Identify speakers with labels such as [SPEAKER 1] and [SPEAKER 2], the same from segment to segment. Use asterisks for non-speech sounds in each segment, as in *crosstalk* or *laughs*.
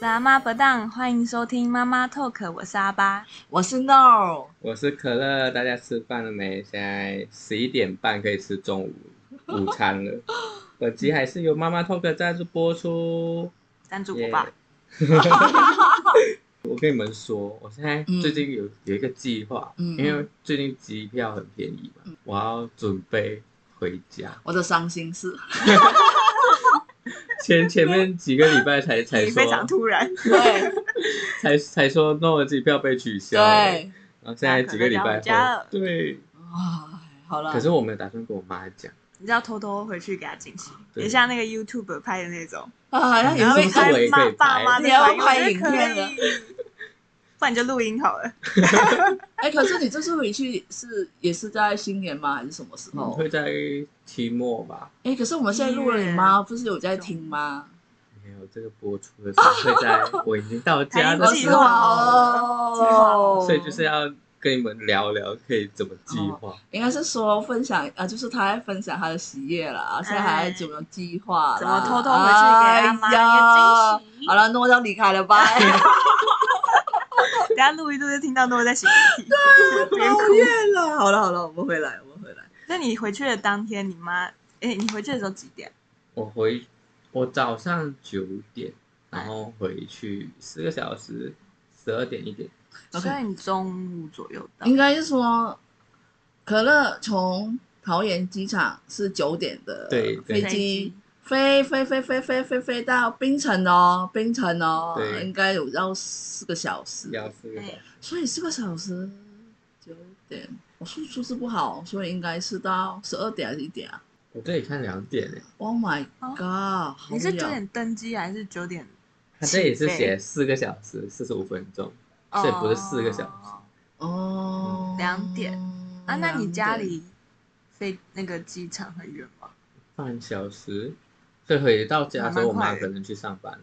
[SPEAKER 1] 阿妈不当，欢迎收听妈妈 talk，我是阿巴。
[SPEAKER 2] 我是 No，
[SPEAKER 3] 我是可乐，大家吃饭了没？现在十一点半可以吃中午午
[SPEAKER 1] *laughs*
[SPEAKER 3] 餐了。本集还是由妈妈 Talk 赞助播出。
[SPEAKER 1] 赞助我吧，
[SPEAKER 3] 我跟你们说，我现在
[SPEAKER 2] 嗯
[SPEAKER 3] 最近有、有一个计划，
[SPEAKER 2] 嗯
[SPEAKER 3] 因为最近机票很便宜嘛，
[SPEAKER 1] 嗯
[SPEAKER 3] 我要准备回家。
[SPEAKER 2] 我的伤心事。
[SPEAKER 3] 前前面几个礼拜才才
[SPEAKER 1] 你非常 *laughs*
[SPEAKER 3] 说，
[SPEAKER 1] 突然。
[SPEAKER 2] 对
[SPEAKER 3] 才才说诺的机票被取消了，
[SPEAKER 2] 对，
[SPEAKER 3] 然后现在几个礼拜
[SPEAKER 1] 那可能要回家
[SPEAKER 3] 后
[SPEAKER 1] 了，
[SPEAKER 3] 对，
[SPEAKER 2] 哇，好了，
[SPEAKER 3] 可是我没有打算跟我妈讲。
[SPEAKER 1] 你知道偷偷回去给他惊喜，
[SPEAKER 3] 对
[SPEAKER 1] 也像那个 YouTube 拍的那种，
[SPEAKER 2] 啊，要
[SPEAKER 3] 你是
[SPEAKER 2] 有
[SPEAKER 3] 不
[SPEAKER 2] 被
[SPEAKER 3] 是
[SPEAKER 2] 看
[SPEAKER 3] 我也可
[SPEAKER 1] 妈
[SPEAKER 3] 以
[SPEAKER 1] 爸妈
[SPEAKER 3] 拍？
[SPEAKER 1] 的
[SPEAKER 2] 你要
[SPEAKER 1] 反应我觉得
[SPEAKER 2] 拍影片了
[SPEAKER 1] 可以，不然你就录音好了。
[SPEAKER 2] 哎，可是你这次回去是也是在新年吗？还是什么时候？
[SPEAKER 3] 嗯会在期末吧？
[SPEAKER 2] 哎，可是我们现在录了，你妈不是有在听吗？
[SPEAKER 3] 没有，这个播出的时候会在我已经
[SPEAKER 2] *laughs*
[SPEAKER 3] 到家
[SPEAKER 1] 还
[SPEAKER 3] 的
[SPEAKER 2] 哦
[SPEAKER 1] 没
[SPEAKER 3] 时
[SPEAKER 1] 计
[SPEAKER 2] 是
[SPEAKER 3] 候，
[SPEAKER 1] 划
[SPEAKER 2] 哦
[SPEAKER 1] 计划好
[SPEAKER 3] 所以就是要跟你们聊聊可以怎么计划。
[SPEAKER 2] 应该是说分享啊，就是他在分享他的喜悦啦，现在还怎么计划啦？
[SPEAKER 1] 怎么偷偷回去给他妈一个惊 *laughs* 喜
[SPEAKER 2] 哎呀好了，那我要离开
[SPEAKER 1] *laughs*
[SPEAKER 2] 了，拜。 *laughs*
[SPEAKER 1] 等下录一录就听到诺在擤
[SPEAKER 2] *laughs*
[SPEAKER 1] 鼻涕，边哭
[SPEAKER 2] 啊讨。厌了，好了好了，我们回来，我们回来。
[SPEAKER 1] 那你回去的当天，你妈，哎，你回去的时候几点？
[SPEAKER 3] 我回我早上九点，然后回去四个小时，十二点一点。
[SPEAKER 2] OK
[SPEAKER 1] 所以你中午左右到
[SPEAKER 2] 应。该是说，可乐从桃园机场是九点的
[SPEAKER 3] 对
[SPEAKER 2] 飞
[SPEAKER 3] 对
[SPEAKER 2] 机，飞飞飞飞飞飞飞到槟城哦，槟城哦，
[SPEAKER 3] 对
[SPEAKER 2] 应该有要四个小时，
[SPEAKER 3] 要四个小
[SPEAKER 1] 哎
[SPEAKER 3] 时，
[SPEAKER 2] 所以四个小时九点，我数数字不好，所以应该是到十二点还是一点啊
[SPEAKER 3] 我这里看两点欸诶，
[SPEAKER 2] ？Oh my god！、
[SPEAKER 1] 哦你是九
[SPEAKER 2] 好远
[SPEAKER 1] 点登机还是九点？
[SPEAKER 3] 它这也
[SPEAKER 1] 起
[SPEAKER 3] 是
[SPEAKER 1] 飞
[SPEAKER 3] 写四个小时四十五分钟，所以不是四个小时。
[SPEAKER 1] 哦
[SPEAKER 2] 哦，
[SPEAKER 1] 两点啊，那你
[SPEAKER 2] 两
[SPEAKER 1] 家
[SPEAKER 2] 点
[SPEAKER 1] 离飞那个机场很远吗？
[SPEAKER 3] 半小时。所以回到家之后，
[SPEAKER 1] 还蛮
[SPEAKER 3] 我
[SPEAKER 1] 快
[SPEAKER 3] 妈
[SPEAKER 1] 的
[SPEAKER 3] 可能去上班了。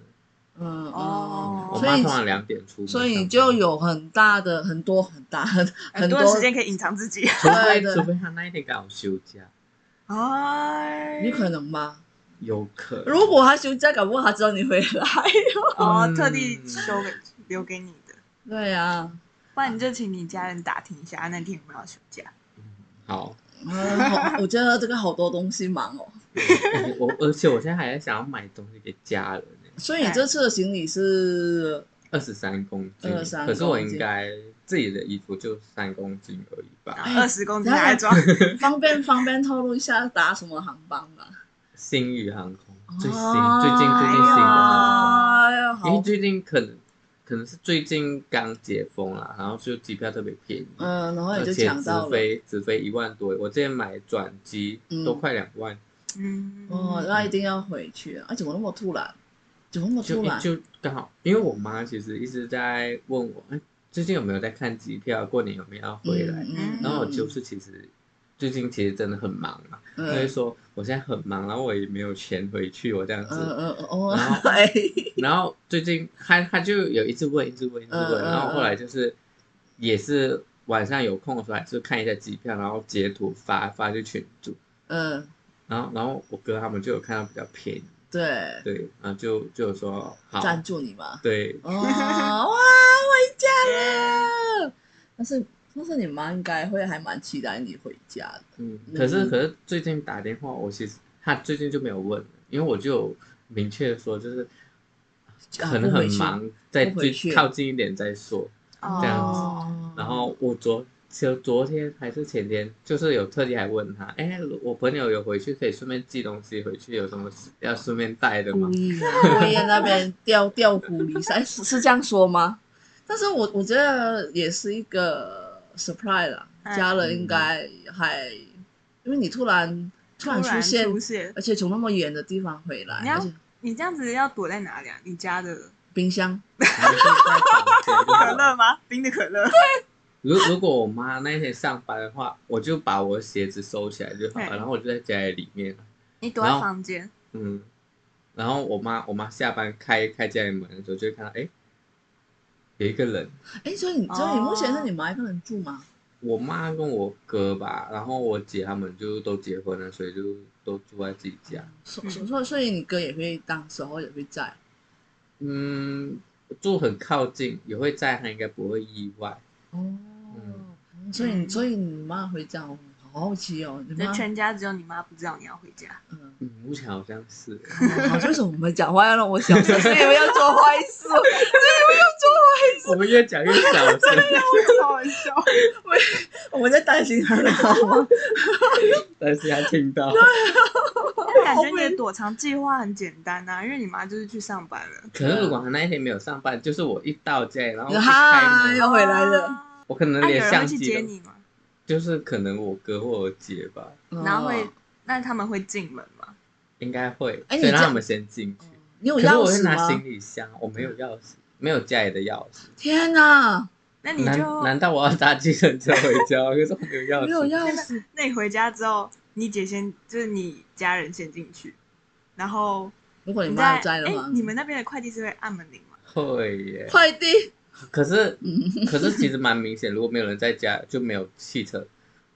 [SPEAKER 2] 嗯嗯
[SPEAKER 1] 哦
[SPEAKER 3] 我
[SPEAKER 2] 所
[SPEAKER 3] 妈
[SPEAKER 2] 以
[SPEAKER 3] 通常两点出门，
[SPEAKER 2] 所以你就。有很大的很多很大很
[SPEAKER 1] 很多
[SPEAKER 2] 多
[SPEAKER 1] 的时间可以隐藏自己。
[SPEAKER 3] 除非
[SPEAKER 2] 对对
[SPEAKER 3] 除非他那一天刚好休假，
[SPEAKER 1] 哎，
[SPEAKER 2] 有可能吗？
[SPEAKER 3] 有可能。
[SPEAKER 2] 如果他休假，搞不好他知道你
[SPEAKER 1] *laughs*
[SPEAKER 2] 回来。
[SPEAKER 1] 哦
[SPEAKER 3] 嗯，
[SPEAKER 1] 特地修给留给你的，
[SPEAKER 2] 对啊呀、
[SPEAKER 1] 不然你就请你家人打听一下那天有没有休假。
[SPEAKER 3] 好，
[SPEAKER 2] 嗯好我觉得这个好多东西忙哦。
[SPEAKER 3] 哎 *laughs* 我而且我现在还在想要买东西给家人呢，
[SPEAKER 2] 所以你这次的行李是
[SPEAKER 3] 二十三公斤，
[SPEAKER 2] 23
[SPEAKER 3] 可是我
[SPEAKER 2] 公斤
[SPEAKER 3] 应该自己的衣服就三公斤而已吧。
[SPEAKER 1] 二十公斤拿来装，
[SPEAKER 2] 方便方便透露一下打什么航班吗？
[SPEAKER 3] 星宇航空最新，
[SPEAKER 2] 哦
[SPEAKER 3] 最近最近新的航
[SPEAKER 2] 哎呀，
[SPEAKER 3] 空，因为
[SPEAKER 2] 好，
[SPEAKER 3] 最近可能可能是最近刚解封啦，然后就机票特别便宜。
[SPEAKER 2] 嗯，然后
[SPEAKER 3] 而
[SPEAKER 2] 你就
[SPEAKER 3] 且
[SPEAKER 2] 抢
[SPEAKER 3] 直
[SPEAKER 2] 到了。
[SPEAKER 3] 飞直飞一万多，我之前买转机
[SPEAKER 2] 嗯
[SPEAKER 3] 都快两万，
[SPEAKER 1] 嗯，
[SPEAKER 2] 哦，那一定要回去啊！哎怎么那么突然？怎么那么
[SPEAKER 3] 就
[SPEAKER 2] 突然？
[SPEAKER 3] 就刚好，因为我妈其实一直在问我，哎，最近有没有在看机票？过年有没有要回来？
[SPEAKER 2] 嗯
[SPEAKER 3] 然后我就是其实最近其实真的很忙嘛，
[SPEAKER 2] 嗯
[SPEAKER 3] 所以说我现在很忙，然后我也没有钱回去，我这样
[SPEAKER 2] 嗯嗯
[SPEAKER 3] 子。
[SPEAKER 2] 嗯嗯哦，
[SPEAKER 3] 然
[SPEAKER 2] *laughs*
[SPEAKER 3] 后
[SPEAKER 2] 哎，
[SPEAKER 3] 然后最近她她就有一直问，一直问，一直问，
[SPEAKER 2] 嗯嗯
[SPEAKER 3] 然后后来就是也是晚上有空的时候，还是看一下机票，然后截图发发去群组，
[SPEAKER 2] 嗯，
[SPEAKER 3] 然后然后我哥他们就有看到比较便宜，
[SPEAKER 2] 对，
[SPEAKER 3] 对，然后就就有说好，
[SPEAKER 2] 赞助你
[SPEAKER 3] *laughs*
[SPEAKER 2] 嘛。
[SPEAKER 3] 对，
[SPEAKER 2] 哦，哇，回家了！但是但是你妈应该会还蛮期待你回家的。
[SPEAKER 3] 嗯，可是
[SPEAKER 2] 嗯
[SPEAKER 3] 可是最近打电话，我其实他最近就没有问，因为我就有明确说就是
[SPEAKER 2] 啊
[SPEAKER 3] 可能
[SPEAKER 2] 不回
[SPEAKER 3] 很
[SPEAKER 2] 去
[SPEAKER 3] 忙，再
[SPEAKER 2] 不回
[SPEAKER 3] 最
[SPEAKER 2] 去
[SPEAKER 3] 靠近一点再说。这样
[SPEAKER 1] 哦，
[SPEAKER 2] 子
[SPEAKER 3] 然后我昨就昨天还是前天，就是有特地还问他，哎，我朋友有回去可以顺便寄东西回去，有什么要顺便带的吗
[SPEAKER 2] 故？意啊，
[SPEAKER 3] *laughs*
[SPEAKER 2] 故意在那边调调虎离山，是是这样说吗？但是我我觉得也是一个 surprise 啦，
[SPEAKER 1] 嗯
[SPEAKER 2] 家人应该还，因为你突然突然出现，
[SPEAKER 1] 出现，
[SPEAKER 2] 而且从那么远的地方回来，
[SPEAKER 1] 你要
[SPEAKER 2] 而且
[SPEAKER 1] 你这样子要躲在哪里啊？你家的
[SPEAKER 2] 冰箱
[SPEAKER 3] 然后就在房间就
[SPEAKER 1] *laughs* 可
[SPEAKER 3] 好
[SPEAKER 1] 乐
[SPEAKER 3] 了
[SPEAKER 1] 吗？冰的可乐，
[SPEAKER 3] 如如果我妈那天上班的话，我就把我鞋子收起来就好了，
[SPEAKER 1] 对
[SPEAKER 3] 然后我就在家里里面。
[SPEAKER 1] 你躲在房间，
[SPEAKER 3] 嗯，然后我妈我妈下班开开家里门的时候，就会看到哎，诶有一个人，
[SPEAKER 2] 哎，所以你所以你目前
[SPEAKER 1] 哦
[SPEAKER 2] 是你妈一个人住吗？
[SPEAKER 3] 我妈跟我哥吧，然后我姐他们就都结婚了，所以
[SPEAKER 2] 啊
[SPEAKER 1] 嗯
[SPEAKER 3] 就都住在自己家。
[SPEAKER 2] 所所所以所以你哥也会当时候也会在，
[SPEAKER 3] 嗯，住很靠近，也会在，她应该不会意外。
[SPEAKER 2] 哦，所以
[SPEAKER 1] 嗯
[SPEAKER 2] 所以你妈会这样，我好好奇哦，你
[SPEAKER 1] 那
[SPEAKER 2] 妈
[SPEAKER 1] 全家只有你妈不知道你要回家。
[SPEAKER 2] 嗯，
[SPEAKER 3] 嗯，目前好像是。
[SPEAKER 2] 好，为什么我们讲话要让我小声？是你们要做坏
[SPEAKER 1] *laughs*
[SPEAKER 2] 事，是你们要做坏
[SPEAKER 3] 我们越讲越小声，
[SPEAKER 2] 事，好笑。
[SPEAKER 1] *laughs*
[SPEAKER 2] 我我在担心他的好吗？
[SPEAKER 3] 但是她听到，
[SPEAKER 1] 啊但感觉你的躲藏计划很简单啊呐、因为你妈就是去上班了。
[SPEAKER 3] 可是如果她那一天没有上班，就是我一到家，然后一
[SPEAKER 2] 哈
[SPEAKER 3] 开
[SPEAKER 2] 要
[SPEAKER 3] 门，
[SPEAKER 2] 回来了
[SPEAKER 1] 啊
[SPEAKER 3] 我可能
[SPEAKER 1] 那有
[SPEAKER 3] 连
[SPEAKER 1] 人
[SPEAKER 3] 相
[SPEAKER 1] 会去
[SPEAKER 3] 机
[SPEAKER 1] 接
[SPEAKER 3] 都，
[SPEAKER 1] 你吗？
[SPEAKER 3] 就是可能我哥或我姐吧，
[SPEAKER 1] *laughs* 然后会
[SPEAKER 2] 哦，，
[SPEAKER 1] 那他们会进门吗？
[SPEAKER 3] 应该会，
[SPEAKER 2] 哎
[SPEAKER 3] 所
[SPEAKER 2] 你
[SPEAKER 3] 以让
[SPEAKER 2] 这
[SPEAKER 3] 他们先进
[SPEAKER 1] 嗯
[SPEAKER 3] 去。
[SPEAKER 2] 你有
[SPEAKER 3] 可是
[SPEAKER 2] 钥
[SPEAKER 3] 我会
[SPEAKER 2] 匙
[SPEAKER 3] 拿行
[SPEAKER 2] 吗？
[SPEAKER 3] 李箱，我没有钥匙，没有家里的钥匙。
[SPEAKER 2] 天哪，
[SPEAKER 1] 那你
[SPEAKER 3] 难
[SPEAKER 1] 就
[SPEAKER 3] 难道我要搭计程车回家吗？可是我没有钥匙。
[SPEAKER 2] 没有 *laughs* 钥匙。
[SPEAKER 1] 那你回家之后，你姐先就是你家人先进去，然后
[SPEAKER 2] 如果你
[SPEAKER 1] 你
[SPEAKER 2] 妈
[SPEAKER 1] 在
[SPEAKER 2] 有在的话，
[SPEAKER 1] 你们那边的快递是会按门铃吗？
[SPEAKER 3] 会耶。
[SPEAKER 2] 快递，
[SPEAKER 3] 可是
[SPEAKER 2] 嗯，
[SPEAKER 3] 可是其实蛮明显，如果没有人在家，就没有汽车，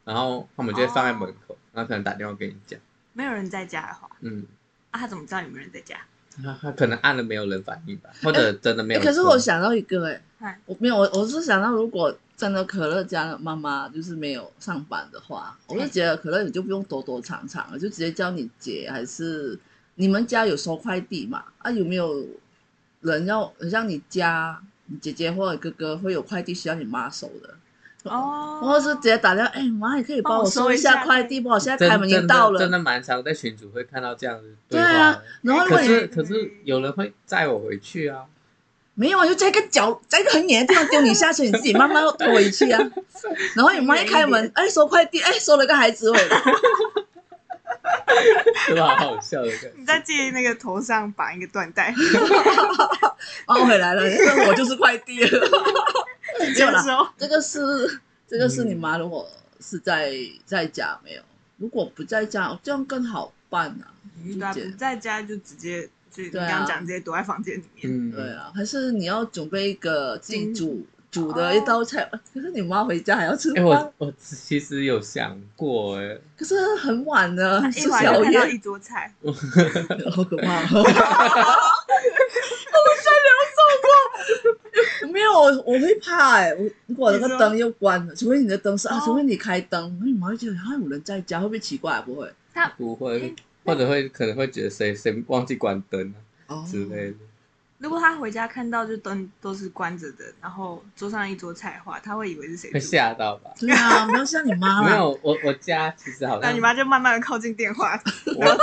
[SPEAKER 3] 然后他们就会放在门
[SPEAKER 2] 哦
[SPEAKER 3] 口，然后可能打电话跟你讲，
[SPEAKER 1] 没有人在家的话，
[SPEAKER 3] 嗯，
[SPEAKER 1] 啊，他怎么知道你们人在家？
[SPEAKER 3] 他他可能按了没有人反应吧，或者真的没有
[SPEAKER 2] 哎，
[SPEAKER 3] 车、
[SPEAKER 2] 可是我想到一个，哎，
[SPEAKER 1] 嗨，
[SPEAKER 2] 我没有，我我是想到，如果真的可乐家的妈妈就是没有上班的话，我就觉得可乐你就不用躲躲藏藏了，就直接叫你姐还是你们家有收快递嘛？啊，有没有人要像你家你姐姐或者哥哥会有快递需要你妈收的？ *laughs*
[SPEAKER 1] 哦，
[SPEAKER 2] 或者是直接打电话，哎、妈，你可以帮
[SPEAKER 1] 帮我
[SPEAKER 2] 我
[SPEAKER 1] 收
[SPEAKER 2] 收
[SPEAKER 1] 一
[SPEAKER 2] 一
[SPEAKER 1] 下
[SPEAKER 2] 下快递吗？我现在开门已经
[SPEAKER 3] 真的
[SPEAKER 2] 到
[SPEAKER 3] 真
[SPEAKER 2] 了。
[SPEAKER 3] 的蛮常在群组会看到这样的
[SPEAKER 2] 对
[SPEAKER 3] 话。
[SPEAKER 2] 啊，然后如
[SPEAKER 3] 可
[SPEAKER 2] 果你
[SPEAKER 3] 是可是有人会载我回去啊， *laughs*
[SPEAKER 2] 没有啊，就在一个角，在一个很远的地方丢你下去，你自己慢慢拖回
[SPEAKER 1] *laughs*
[SPEAKER 2] 去啊。然后你妈一开门，哎，收快递，哎，收了个孩子回来。
[SPEAKER 3] 对吧？好笑的感觉。
[SPEAKER 1] 你在自己那个头上绑一个缎
[SPEAKER 2] *laughs*
[SPEAKER 1] 带，
[SPEAKER 2] 哦，我回来了， *laughs* 因为我就是快递
[SPEAKER 1] *laughs*
[SPEAKER 2] 了。没有
[SPEAKER 1] 这个
[SPEAKER 2] 啦，
[SPEAKER 1] 时候
[SPEAKER 2] 这个是这个是
[SPEAKER 3] 嗯
[SPEAKER 2] 你妈，如果是在在家没有，如果不在家，这样更好办啊。
[SPEAKER 1] 对啊，不在家就直接就你
[SPEAKER 2] 对啊
[SPEAKER 1] 刚刚讲，直接躲在嗯房间里面。
[SPEAKER 3] 嗯，
[SPEAKER 2] 对啊，还是你要准备一个自
[SPEAKER 1] 精
[SPEAKER 2] 己煮煮
[SPEAKER 1] 哦
[SPEAKER 2] 的一道菜。可是你妈回家还要吃
[SPEAKER 3] 哎、
[SPEAKER 2] 饭
[SPEAKER 3] 我，我其实有想过、哎，
[SPEAKER 2] 可是很晚了，吃
[SPEAKER 1] 一会儿
[SPEAKER 2] 宵
[SPEAKER 1] 就看到
[SPEAKER 2] 夜，
[SPEAKER 1] 一桌菜，
[SPEAKER 2] 好可怕。我们在聊什么？没有，我我会怕哎、我如果那
[SPEAKER 1] 你
[SPEAKER 2] 个
[SPEAKER 1] 说
[SPEAKER 2] 灯又关了，除非你的灯是啊
[SPEAKER 1] 哦，
[SPEAKER 2] 除非你开灯，那你妈会觉得啊有人在家，会不会奇怪、啊不会
[SPEAKER 3] 不会，
[SPEAKER 2] 哎
[SPEAKER 3] 或者会可能会觉得谁谁忘记关灯啊
[SPEAKER 2] 哦
[SPEAKER 3] 之类的。
[SPEAKER 1] 如果他回家看到就灯都是关着的，然后桌上一桌菜的话，他会以为是谁
[SPEAKER 3] 会
[SPEAKER 1] 煮的。
[SPEAKER 3] 吓到吧？
[SPEAKER 2] 对啊，不要像你妈
[SPEAKER 3] 没
[SPEAKER 2] 啦，
[SPEAKER 3] 有，我我家其实好
[SPEAKER 1] 那
[SPEAKER 3] 像
[SPEAKER 1] 你妈就慢慢的靠近电话，
[SPEAKER 3] 我我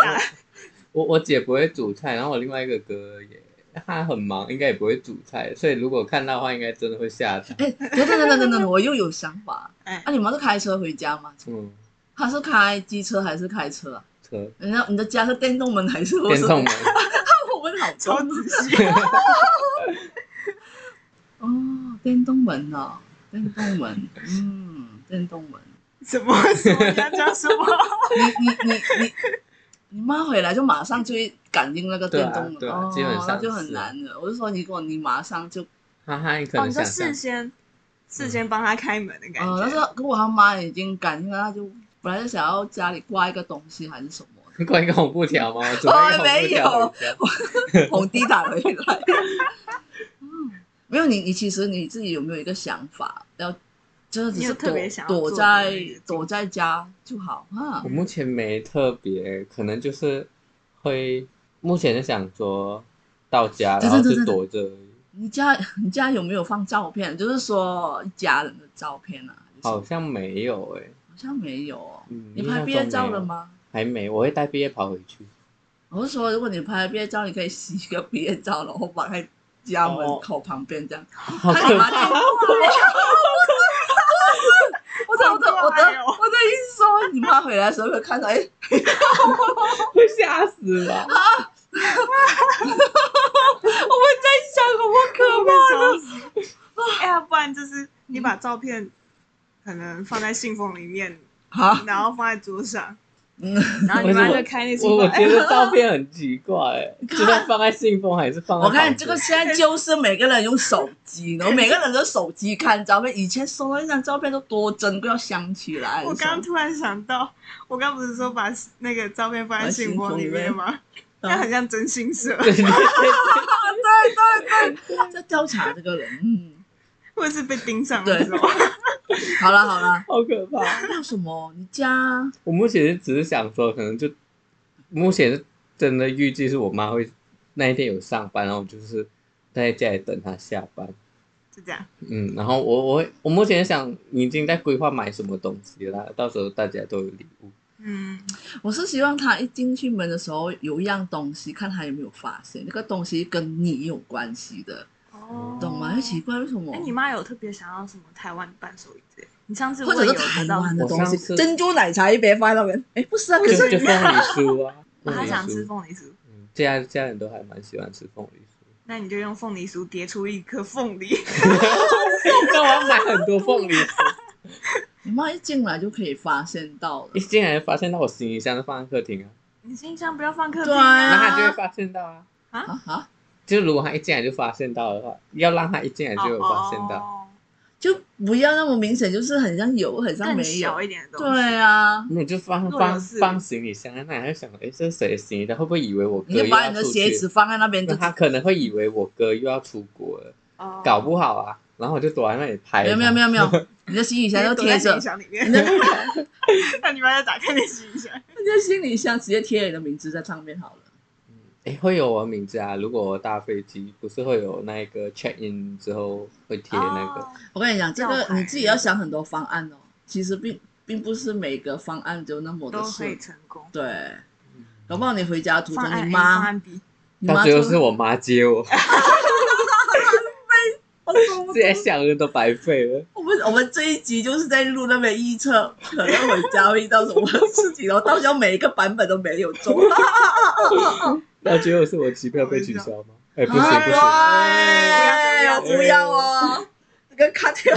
[SPEAKER 3] 我我姐不会煮菜，然后我另外一个哥也他很忙，应该也不会煮菜，所以如果看到的话，应该真的会吓到。
[SPEAKER 2] 哎、等等等等等等，我又有想法。
[SPEAKER 1] 哎
[SPEAKER 2] 啊，，你妈是开车回家吗？
[SPEAKER 3] 嗯，
[SPEAKER 2] 她是开机车还是开车啊？
[SPEAKER 3] 车
[SPEAKER 2] 人家你的家是电动门还是
[SPEAKER 3] 电动门，
[SPEAKER 2] *laughs*
[SPEAKER 3] *laughs*
[SPEAKER 2] 我问好啊
[SPEAKER 1] 超
[SPEAKER 2] 多
[SPEAKER 1] 仔细。
[SPEAKER 2] 哦，电动门哦，电动门，嗯，电动门。
[SPEAKER 1] 什么什么？你要讲什
[SPEAKER 3] *laughs*
[SPEAKER 1] 么？
[SPEAKER 2] 你你你你你妈回来就马上就会感应那个电动门，
[SPEAKER 3] 对啊对啊
[SPEAKER 2] 哦，
[SPEAKER 3] 基本上
[SPEAKER 2] 那就很
[SPEAKER 3] 是
[SPEAKER 2] 难了。我就说，如果你马上就，
[SPEAKER 3] 哈哈，你可
[SPEAKER 1] 哦，
[SPEAKER 3] 能
[SPEAKER 1] 你说
[SPEAKER 3] 想
[SPEAKER 1] 事
[SPEAKER 3] 象。
[SPEAKER 1] 先事先帮他开门的
[SPEAKER 3] 啊
[SPEAKER 1] 感
[SPEAKER 2] 呃，但是
[SPEAKER 1] 觉，哦
[SPEAKER 2] 如果他妈已经感应了，她就本来就想要家里挂一个东西还是什么的，
[SPEAKER 3] 你挂一个红布条吗？我准备一个
[SPEAKER 2] 哦没
[SPEAKER 3] 红布条
[SPEAKER 2] *laughs*
[SPEAKER 3] 回家。
[SPEAKER 2] 红地毯回来。 *laughs* 嗯，没有你，你其实你自己有没有一个想法，要真的只
[SPEAKER 1] 你
[SPEAKER 2] 是
[SPEAKER 1] 有
[SPEAKER 2] 躲
[SPEAKER 1] 特别想要做
[SPEAKER 2] 躲
[SPEAKER 1] 的
[SPEAKER 2] 在
[SPEAKER 1] 那个
[SPEAKER 2] 躲在家就好啊
[SPEAKER 3] 我？目前没特别，可能就是会目前是想说到家，
[SPEAKER 2] 对
[SPEAKER 3] 然后
[SPEAKER 2] 对对
[SPEAKER 3] 就
[SPEAKER 2] 对
[SPEAKER 3] 躲着而已。
[SPEAKER 2] 你家 *laughs* 你家有没有放照片？就是说一家人的照片啊？还是
[SPEAKER 3] 好像没有哎、
[SPEAKER 2] 好像没有哦。
[SPEAKER 3] 嗯
[SPEAKER 2] 你拍毕业照了？吗？
[SPEAKER 3] 还没，我会带毕业袍回去。
[SPEAKER 2] 我是说，如果你拍毕业照，你可以洗一个毕业照，然后摆在家门口旁边这样。
[SPEAKER 3] 好
[SPEAKER 2] 看你
[SPEAKER 3] *laughs*
[SPEAKER 2] 妈进来我的我的我的我的
[SPEAKER 1] 好怪哦
[SPEAKER 2] 意思说，你妈回来的时候会看到，哎，
[SPEAKER 3] 会吓死吧？
[SPEAKER 2] 我们在想我可怕。
[SPEAKER 1] 笑死！ *laughs* 哎呀，不然就是你把照片可能放在信封里面，
[SPEAKER 2] 好，
[SPEAKER 1] 然后放在桌上，
[SPEAKER 2] 嗯，
[SPEAKER 1] 然后你妈
[SPEAKER 3] 为什
[SPEAKER 1] 就
[SPEAKER 3] 么
[SPEAKER 1] 开那信
[SPEAKER 3] 我我
[SPEAKER 1] 封。
[SPEAKER 3] 觉
[SPEAKER 1] 哎，
[SPEAKER 3] 得照片很奇怪、
[SPEAKER 2] *laughs*
[SPEAKER 3] 欸，就算放在信封还是放在
[SPEAKER 2] 我看
[SPEAKER 3] 旁
[SPEAKER 2] 这个
[SPEAKER 3] 边
[SPEAKER 2] 现在就是每个人用手机，然后每个人的手机看照片。以前收到一张照片都多珍贵，要想起来。
[SPEAKER 1] 我刚刚突然想到，我刚不是说把那个照片放在信封里面吗？那很像真心社，
[SPEAKER 2] 嗯
[SPEAKER 3] 对对对
[SPEAKER 2] 对对对，在调查这个人。嗯，
[SPEAKER 1] 或者是被盯上的时候，
[SPEAKER 2] 好了好了，
[SPEAKER 3] 好可怕。
[SPEAKER 2] 还有什么？你家
[SPEAKER 3] *laughs* 我目前只是想说，可能就目前是真的预计是我妈会那一天有上班，然后我就是在家里等她下班。
[SPEAKER 1] 就这样。
[SPEAKER 3] 嗯，然后我我会我目前想已经在规划买什么东西啦，到时候大家都有礼物。
[SPEAKER 1] 嗯，
[SPEAKER 2] 我是希望他一进去门的时候有一样东西，看他有没有发现，那个东西跟你有关系的，
[SPEAKER 1] 哦
[SPEAKER 2] 懂啊吗？很奇怪，为什么
[SPEAKER 1] 哎、？你妈有特别想要什么台湾伴手礼之类的？你上次
[SPEAKER 2] 或
[SPEAKER 1] 问
[SPEAKER 2] 者
[SPEAKER 1] 有
[SPEAKER 2] 是
[SPEAKER 1] 得
[SPEAKER 2] 台
[SPEAKER 1] 到
[SPEAKER 2] 湾的
[SPEAKER 1] 吗？
[SPEAKER 2] 东
[SPEAKER 3] 我上
[SPEAKER 2] 西，
[SPEAKER 3] 次
[SPEAKER 2] 珍珠奶茶一杯放到边，哎，不是啊，可
[SPEAKER 3] *laughs* 就是就凤梨酥啊，
[SPEAKER 1] 我还哦想
[SPEAKER 3] 凤梨
[SPEAKER 1] 吃
[SPEAKER 3] 酥。
[SPEAKER 1] 凤梨酥，
[SPEAKER 3] 嗯，家家人都还蛮喜欢吃凤梨酥，
[SPEAKER 1] 那你就用凤梨酥叠出一颗凤
[SPEAKER 2] *laughs*
[SPEAKER 1] 梨，
[SPEAKER 3] *laughs* 那我要买很多凤梨酥。
[SPEAKER 2] 你妈一进来就可以发现到
[SPEAKER 3] 一
[SPEAKER 2] 的，
[SPEAKER 3] 进来就发现到我行李箱都放在客厅啊，
[SPEAKER 1] 你信箱不要放客厅
[SPEAKER 2] 对
[SPEAKER 3] 然
[SPEAKER 1] 啊
[SPEAKER 2] 啊。
[SPEAKER 3] 后他就会发现到啊。
[SPEAKER 2] 啊哈，
[SPEAKER 3] 就如果他一进来就发现到的话，要让他一进来就有发现到。
[SPEAKER 1] 哦，
[SPEAKER 2] 就不要那么明显，就是很像有，很像
[SPEAKER 1] 更
[SPEAKER 2] 没有
[SPEAKER 1] 小，一点的东西。
[SPEAKER 2] 对啊。
[SPEAKER 3] 那你就放
[SPEAKER 1] 若有
[SPEAKER 3] 放
[SPEAKER 1] 似无
[SPEAKER 3] 放行李箱在那里，他就想，哎，这是谁的行李箱？会不会以为我哥
[SPEAKER 2] 你就
[SPEAKER 3] 又
[SPEAKER 2] 把
[SPEAKER 3] 要
[SPEAKER 2] 你的
[SPEAKER 3] 出
[SPEAKER 2] 鞋
[SPEAKER 3] 去
[SPEAKER 2] 子？放在那边就
[SPEAKER 3] 那他可能会以为我哥又要出国了，
[SPEAKER 1] 哦，
[SPEAKER 3] 搞不好啊。然后我就躲在那里拍。
[SPEAKER 2] 没有没有没有没有，你的行
[SPEAKER 1] *laughs*
[SPEAKER 2] 李
[SPEAKER 1] 你
[SPEAKER 2] 箱就贴着，
[SPEAKER 1] 箱里
[SPEAKER 2] 你 *laughs*
[SPEAKER 1] 面，
[SPEAKER 2] 的
[SPEAKER 1] 那你妈就打开你行李箱。
[SPEAKER 2] 你的行李箱直接贴你的名字在上面好了。
[SPEAKER 3] 哎，会有我名字啊！如果我搭飞机，不是会有那个 check in 之后会贴那个，
[SPEAKER 1] 哦
[SPEAKER 2] 我跟你讲，这
[SPEAKER 1] 吊
[SPEAKER 2] 个
[SPEAKER 1] 牌
[SPEAKER 2] 你自己要想很多方案哦。其实并并不是每个方案就那么的
[SPEAKER 1] 都可以
[SPEAKER 2] 顺，
[SPEAKER 1] 成功。
[SPEAKER 2] 对。
[SPEAKER 3] 嗯
[SPEAKER 2] 搞不好你回家途中
[SPEAKER 1] 方，案
[SPEAKER 2] 你
[SPEAKER 1] A，方
[SPEAKER 2] 妈
[SPEAKER 1] 案 B，
[SPEAKER 2] 你
[SPEAKER 3] 到
[SPEAKER 2] 妈
[SPEAKER 3] 最后
[SPEAKER 2] 就是
[SPEAKER 3] 我妈接我， *laughs*
[SPEAKER 2] 我懂我 *laughs*
[SPEAKER 3] 这些
[SPEAKER 2] 懂
[SPEAKER 3] 想的都白费了。
[SPEAKER 2] 我们我们这一集就是在录那边预测，可能回家会遇到什么事情，然后到时候每一个版本都没有中。
[SPEAKER 3] 到最后是我机票被取消吗？哎，不行
[SPEAKER 2] 啊
[SPEAKER 3] 不行，
[SPEAKER 2] 哎
[SPEAKER 1] 不
[SPEAKER 2] 不要 *laughs* 哦，这个卡掉。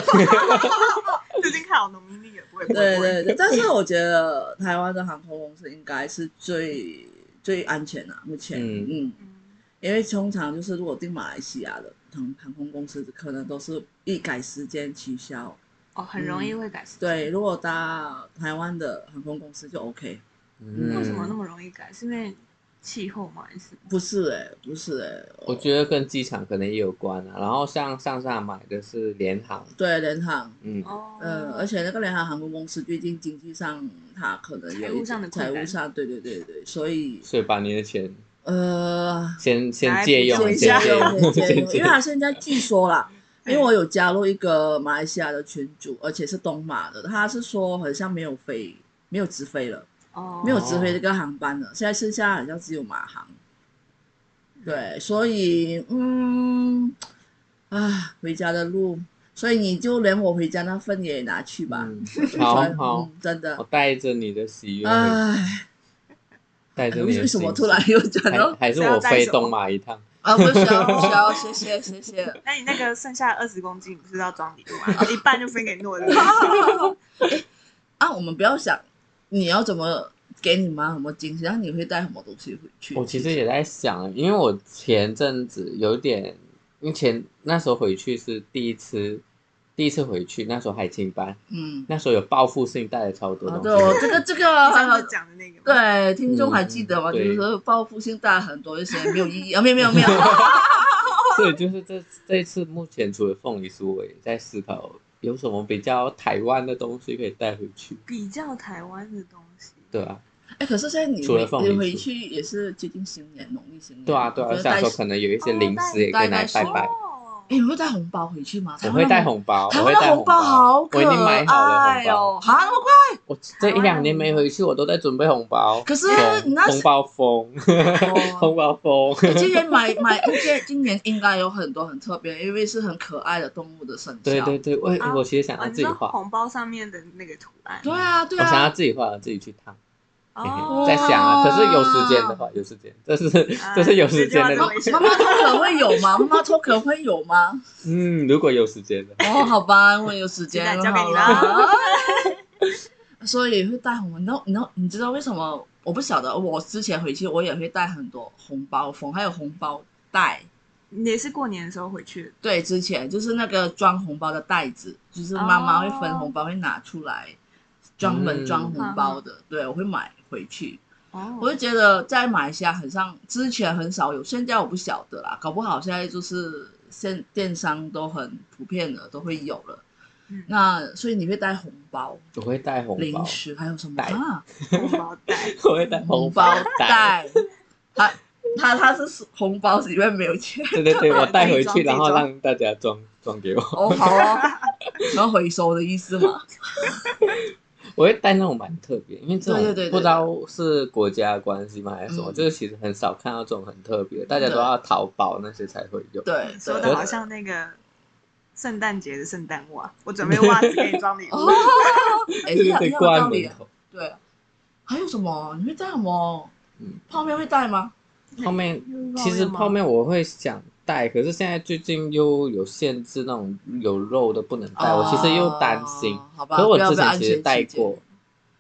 [SPEAKER 1] 最近看好农民历了，不会不
[SPEAKER 2] 对
[SPEAKER 1] 会不
[SPEAKER 2] 对
[SPEAKER 1] 会。
[SPEAKER 2] 对，但是我觉得台湾的航空公司应该是最最安全的、目前，
[SPEAKER 3] 嗯
[SPEAKER 2] 嗯，
[SPEAKER 1] 嗯
[SPEAKER 2] 因为通常就是如果订马来西亚的航航空公司，可能都是一改时间取消。
[SPEAKER 1] 哦，很容易会改时间。
[SPEAKER 2] 嗯对，如果搭台湾的航空公司就 OK。
[SPEAKER 3] 嗯
[SPEAKER 1] 为什么那么容易改？是因为气候吗？还是
[SPEAKER 2] 不是哎、不是哎、
[SPEAKER 3] 我觉得跟机场可能也有关啊。然后像上上买的是联航，
[SPEAKER 2] 对联航。
[SPEAKER 3] 嗯，
[SPEAKER 1] 哦，
[SPEAKER 2] 呃，而且那个联航航空公司最近经济上，它可能有
[SPEAKER 1] 财
[SPEAKER 2] 一
[SPEAKER 1] 务上的
[SPEAKER 2] 财
[SPEAKER 1] 困
[SPEAKER 2] 务
[SPEAKER 1] 难
[SPEAKER 2] 上，对对对对，所以
[SPEAKER 3] 所以把你的钱
[SPEAKER 2] 呃，
[SPEAKER 3] 先
[SPEAKER 1] 拿
[SPEAKER 3] 先
[SPEAKER 1] 来
[SPEAKER 3] 借
[SPEAKER 1] 补
[SPEAKER 3] 用，
[SPEAKER 1] 救一
[SPEAKER 2] 先
[SPEAKER 3] 先
[SPEAKER 1] 下
[SPEAKER 3] 借 *laughs* 用，
[SPEAKER 2] 借
[SPEAKER 3] 先
[SPEAKER 2] 用，
[SPEAKER 3] 借
[SPEAKER 2] 因为
[SPEAKER 3] 用
[SPEAKER 2] 他。现在据说啦，因为我有加入一个马来西亚的群组，而且是东马的，他是说好像没有飞，没有直飞了，
[SPEAKER 1] 哦
[SPEAKER 2] 没有直飞这个航班
[SPEAKER 3] 哦
[SPEAKER 2] 了，现在剩下好像只有马航。对，所以嗯，啊，回家的路，所以你就连我回家那份也拿去吧。
[SPEAKER 3] 嗯，好
[SPEAKER 2] 真
[SPEAKER 3] 好，
[SPEAKER 2] 嗯真
[SPEAKER 3] 我
[SPEAKER 2] 的，
[SPEAKER 3] 带着你的喜悦，
[SPEAKER 2] 唉，
[SPEAKER 3] 带着你
[SPEAKER 2] 哎为
[SPEAKER 3] 的
[SPEAKER 2] 为
[SPEAKER 3] 喜
[SPEAKER 2] 什
[SPEAKER 3] 悦
[SPEAKER 2] 么突然又讲
[SPEAKER 3] 还
[SPEAKER 2] 到
[SPEAKER 3] 还是我飞东马一趟？
[SPEAKER 2] 啊？不需要，不需要，谢谢，谢谢。
[SPEAKER 1] 那你那个剩下二十公斤，你不是要装礼物吗？
[SPEAKER 2] *laughs*
[SPEAKER 1] 一半就分给诺的。
[SPEAKER 2] 啊，我们不要想你要怎么给你妈什么惊喜，然后你会带什么东西回去。
[SPEAKER 3] 我其实也在想，因为我前阵子有点，因为前那时候回去是第一次，第一次回去，那时候海青班，
[SPEAKER 2] 嗯，
[SPEAKER 3] 那时候有报复性带了超多
[SPEAKER 2] 啊
[SPEAKER 3] 东
[SPEAKER 2] 对我
[SPEAKER 3] 西。
[SPEAKER 2] 这 *laughs* 个这
[SPEAKER 1] 你上次
[SPEAKER 2] 个。
[SPEAKER 1] 讲的那个吗，
[SPEAKER 2] 对，听众还记得吗？
[SPEAKER 3] 嗯
[SPEAKER 2] 就
[SPEAKER 3] 对
[SPEAKER 2] 是说报复性带很多一些没有意义啊，没有没
[SPEAKER 3] *laughs*
[SPEAKER 2] 有没有，
[SPEAKER 3] *laughs* 所以就是这这一次目前除了凤梨酥，我也在思考有什么比较台湾的东西可以带回去，
[SPEAKER 1] *laughs* 比较台湾的东西。
[SPEAKER 3] 对啊，
[SPEAKER 2] 哎，可是现在你
[SPEAKER 3] 除了
[SPEAKER 2] 回
[SPEAKER 3] 放
[SPEAKER 2] 你
[SPEAKER 3] 民
[SPEAKER 2] 回
[SPEAKER 3] 宿
[SPEAKER 2] 去也是接近新年，农历新年，
[SPEAKER 3] 对啊，对啊，
[SPEAKER 2] 我觉
[SPEAKER 3] 我
[SPEAKER 2] 得
[SPEAKER 3] 想
[SPEAKER 2] 带哦
[SPEAKER 3] 说可能有一些零食也可以拿来拜拜。
[SPEAKER 1] 哦
[SPEAKER 3] *laughs*
[SPEAKER 2] 哎，你会带红包回去吗？
[SPEAKER 3] 我会带红包，
[SPEAKER 2] 台
[SPEAKER 3] 我
[SPEAKER 2] 湾的
[SPEAKER 3] 会带
[SPEAKER 2] 红包
[SPEAKER 3] 包，
[SPEAKER 2] 好可
[SPEAKER 3] 我已经买好了
[SPEAKER 1] 哎
[SPEAKER 3] 红
[SPEAKER 2] 爱
[SPEAKER 3] 包。
[SPEAKER 2] 哦，好那么快。
[SPEAKER 3] 我这一两年没回去，我都在准备红包。
[SPEAKER 2] 可是
[SPEAKER 3] 红
[SPEAKER 2] 那是
[SPEAKER 3] 红包风， *laughs*
[SPEAKER 1] 哦
[SPEAKER 3] 红包风，
[SPEAKER 2] 哎今年买 *laughs* 买，今年今年应该有很多很特别，因为是很可爱的动物的生肖。
[SPEAKER 3] 对对对，我
[SPEAKER 1] 啊
[SPEAKER 3] 我其实想
[SPEAKER 1] 哦
[SPEAKER 3] 要
[SPEAKER 1] 你
[SPEAKER 3] 自己
[SPEAKER 1] 说
[SPEAKER 3] 画，
[SPEAKER 1] 红包上面的那个图案。
[SPEAKER 2] 对啊对
[SPEAKER 3] 我想要
[SPEAKER 2] 啊，
[SPEAKER 3] 自己画，自己去烫。嘿嘿
[SPEAKER 1] 哦，
[SPEAKER 3] 在想啊，可是有时间的话，有时间，这是
[SPEAKER 2] 啊
[SPEAKER 3] 这是有时间
[SPEAKER 1] 这句话
[SPEAKER 3] 的
[SPEAKER 1] 真。没事
[SPEAKER 2] 妈妈脱壳会有吗？妈妈脱壳会有吗？
[SPEAKER 3] 嗯，如果有时间的话，
[SPEAKER 2] 哦，好吧，我有时间
[SPEAKER 1] *laughs* 鸡蛋交给
[SPEAKER 2] 好
[SPEAKER 1] 你
[SPEAKER 2] 啦。 *laughs* 所以会带红包，你知道，你知道，你知道为什么？我不晓得，我之前回去我也会带很多红包封，还有红包袋。
[SPEAKER 1] 你也是过年的时候回去的。
[SPEAKER 2] 对，之前就是那个装红包的袋子，就是妈妈会分
[SPEAKER 1] 哦
[SPEAKER 2] 红包会拿出来，专门
[SPEAKER 3] 嗯
[SPEAKER 2] 装红包的。对，我会买回去。
[SPEAKER 1] 哦，
[SPEAKER 2] 我就觉得在马来西亚很像之前很少有，现在我不晓得啦，搞不好现在就是现电商都很普遍了，都会有了。
[SPEAKER 1] 嗯
[SPEAKER 2] 那所以你会带红包、
[SPEAKER 3] 我会带红
[SPEAKER 2] 零
[SPEAKER 3] 包，
[SPEAKER 2] 食，还有什么
[SPEAKER 3] 带
[SPEAKER 2] 啊？
[SPEAKER 1] 红包袋，
[SPEAKER 3] 我会带红
[SPEAKER 2] 红包
[SPEAKER 3] 袋，
[SPEAKER 2] 袋，他他他是红包里面没有钱
[SPEAKER 3] 对对对，我带回去，
[SPEAKER 1] 自己装
[SPEAKER 3] 然
[SPEAKER 1] 自
[SPEAKER 3] 后
[SPEAKER 1] 己装
[SPEAKER 3] 让大家装装给我。
[SPEAKER 2] 哦， *laughs* 好
[SPEAKER 1] 啊
[SPEAKER 2] 哦，然后回收的意思嘛，
[SPEAKER 3] 我会带那种蛮特别，因为这种
[SPEAKER 2] 对对对对
[SPEAKER 3] 不知道是国家的关系吗还是什么，
[SPEAKER 2] 嗯
[SPEAKER 3] 就是其实很少看到这种很特别的，大家都要淘宝那些才会有。
[SPEAKER 2] 对，
[SPEAKER 1] *laughs* 说
[SPEAKER 2] 对
[SPEAKER 1] 的好像那个圣诞节的圣诞袜，我准备袜子给你装礼
[SPEAKER 2] *laughs* 哦
[SPEAKER 1] 物，，
[SPEAKER 2] 哎，这
[SPEAKER 3] 对对
[SPEAKER 2] 样
[SPEAKER 3] 对，
[SPEAKER 2] 很有道
[SPEAKER 3] 关
[SPEAKER 2] 理
[SPEAKER 3] 门
[SPEAKER 2] 啊，
[SPEAKER 3] 口
[SPEAKER 2] 对。还有什么？你会带什么？
[SPEAKER 3] 嗯
[SPEAKER 2] 泡面会带吗？
[SPEAKER 3] 泡面，其实泡面我会想带，可是现在最近又有限制，那种有肉的不能带，我其实又担心
[SPEAKER 2] 哦。好吧，
[SPEAKER 3] 可是我
[SPEAKER 2] 啊不要
[SPEAKER 3] 之
[SPEAKER 2] 不要
[SPEAKER 3] 前
[SPEAKER 2] 安
[SPEAKER 3] 其实
[SPEAKER 2] 全
[SPEAKER 3] 带
[SPEAKER 2] 起见
[SPEAKER 3] 过，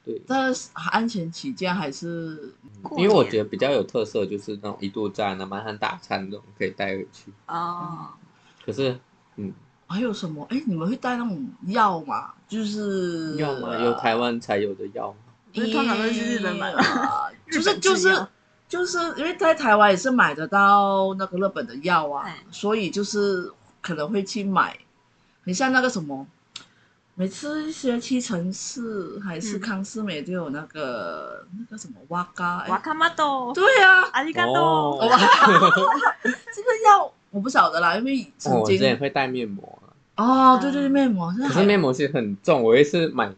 [SPEAKER 3] 对，
[SPEAKER 2] 但是安全起见还是
[SPEAKER 1] 过
[SPEAKER 3] 因为我
[SPEAKER 1] 年
[SPEAKER 3] 觉得比较有特色就是那种一度站啊、满汉大餐这种可以带回去。
[SPEAKER 1] 哦，
[SPEAKER 3] 可是，嗯，
[SPEAKER 2] 还有什么？哎，你们会带那种药吗？就是
[SPEAKER 3] 药吗？有台湾才有的药吗？
[SPEAKER 1] 不是通常都是去日本买吗
[SPEAKER 2] 吗？就
[SPEAKER 1] 日
[SPEAKER 2] 是
[SPEAKER 1] 本
[SPEAKER 2] 就
[SPEAKER 1] 制
[SPEAKER 2] 是
[SPEAKER 1] 药
[SPEAKER 2] 就是因为在台湾也是买得到那个日本的药啊
[SPEAKER 1] 哎，
[SPEAKER 2] 所以就是可能会去买。很像那个什么，每次学屈臣氏还
[SPEAKER 1] 嗯
[SPEAKER 2] 是康斯美都有那个、那个什么哇嘎，哎
[SPEAKER 1] 瓦卡玛豆，
[SPEAKER 2] 对呀、啊，
[SPEAKER 1] 阿里嘎
[SPEAKER 3] 哦
[SPEAKER 1] 多，
[SPEAKER 2] 哇，这个药我不晓得啦，因为
[SPEAKER 3] 哦，
[SPEAKER 2] 曾
[SPEAKER 3] 我之前
[SPEAKER 2] 经
[SPEAKER 3] 会带面膜啊，
[SPEAKER 2] 哦，对对对，面膜，
[SPEAKER 3] 可是面膜其实很重，我也是买，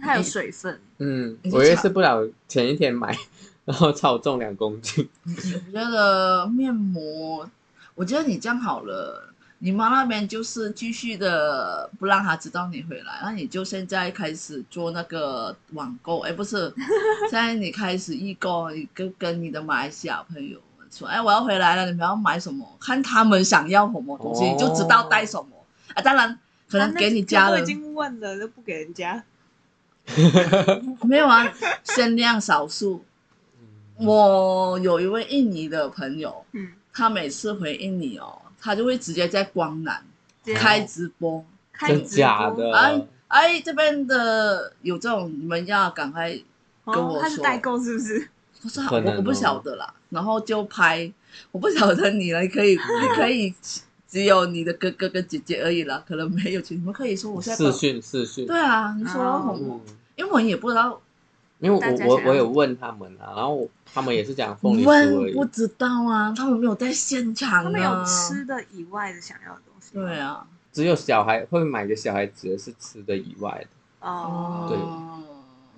[SPEAKER 1] 它有水分，
[SPEAKER 3] 嗯
[SPEAKER 2] 你，是
[SPEAKER 3] 我也
[SPEAKER 2] 炒
[SPEAKER 3] 是不了前一天买，然后超重两公斤。
[SPEAKER 2] 我觉得面膜，我觉得你这样好了，你妈那边就是继续的不让她知道你回来，那你就现在开始做那个网购，哎，不是， *laughs* 现在你开始预购，你跟跟你的马来西亚朋友说，哎，我要回来了，你们要买什么？看他们想要什么东西，你就知道带什么啊。当然，可能
[SPEAKER 1] 啊那
[SPEAKER 2] 给你家
[SPEAKER 1] 都
[SPEAKER 2] 人、
[SPEAKER 1] 已经问了，都不给人家，
[SPEAKER 2] 没有啊，限量少数。我有一位印尼的朋友，
[SPEAKER 1] 嗯，
[SPEAKER 2] 他每次回应你哦，他就会直接在光南
[SPEAKER 1] 直接
[SPEAKER 2] 开直
[SPEAKER 3] 哦
[SPEAKER 2] 播，
[SPEAKER 1] 开
[SPEAKER 3] 真
[SPEAKER 1] 直
[SPEAKER 3] 假
[SPEAKER 1] 播
[SPEAKER 3] 的？
[SPEAKER 2] 哎哎，这边的有这种，你们要赶快，
[SPEAKER 1] 哦
[SPEAKER 2] 跟我说
[SPEAKER 1] 他是代购是不是？
[SPEAKER 2] 我说我
[SPEAKER 3] 可能哦
[SPEAKER 2] 我不晓得啦，然后就拍，我不晓得你了，你可以 *laughs* 你可以只有你的哥哥跟姐姐而已啦，可能没有，你们可以说我现在
[SPEAKER 3] 视讯视讯，
[SPEAKER 2] 对啊，你说
[SPEAKER 1] 哦
[SPEAKER 2] 什么
[SPEAKER 3] 嗯，？
[SPEAKER 2] 因为我也不知道，
[SPEAKER 3] 因为
[SPEAKER 1] 大家
[SPEAKER 3] 我我
[SPEAKER 1] 想要
[SPEAKER 3] 我有问他们啊，然后我他们也是讲凤梨酥而
[SPEAKER 2] 问
[SPEAKER 3] 已
[SPEAKER 2] 不。知道啊，他们没有在现场
[SPEAKER 1] 他
[SPEAKER 2] 啊，
[SPEAKER 1] 们有吃的以外的想要的东西，
[SPEAKER 2] 对，啊，
[SPEAKER 3] 只有小孩会买给小孩子的是吃的以外的，
[SPEAKER 1] 哦，
[SPEAKER 3] 对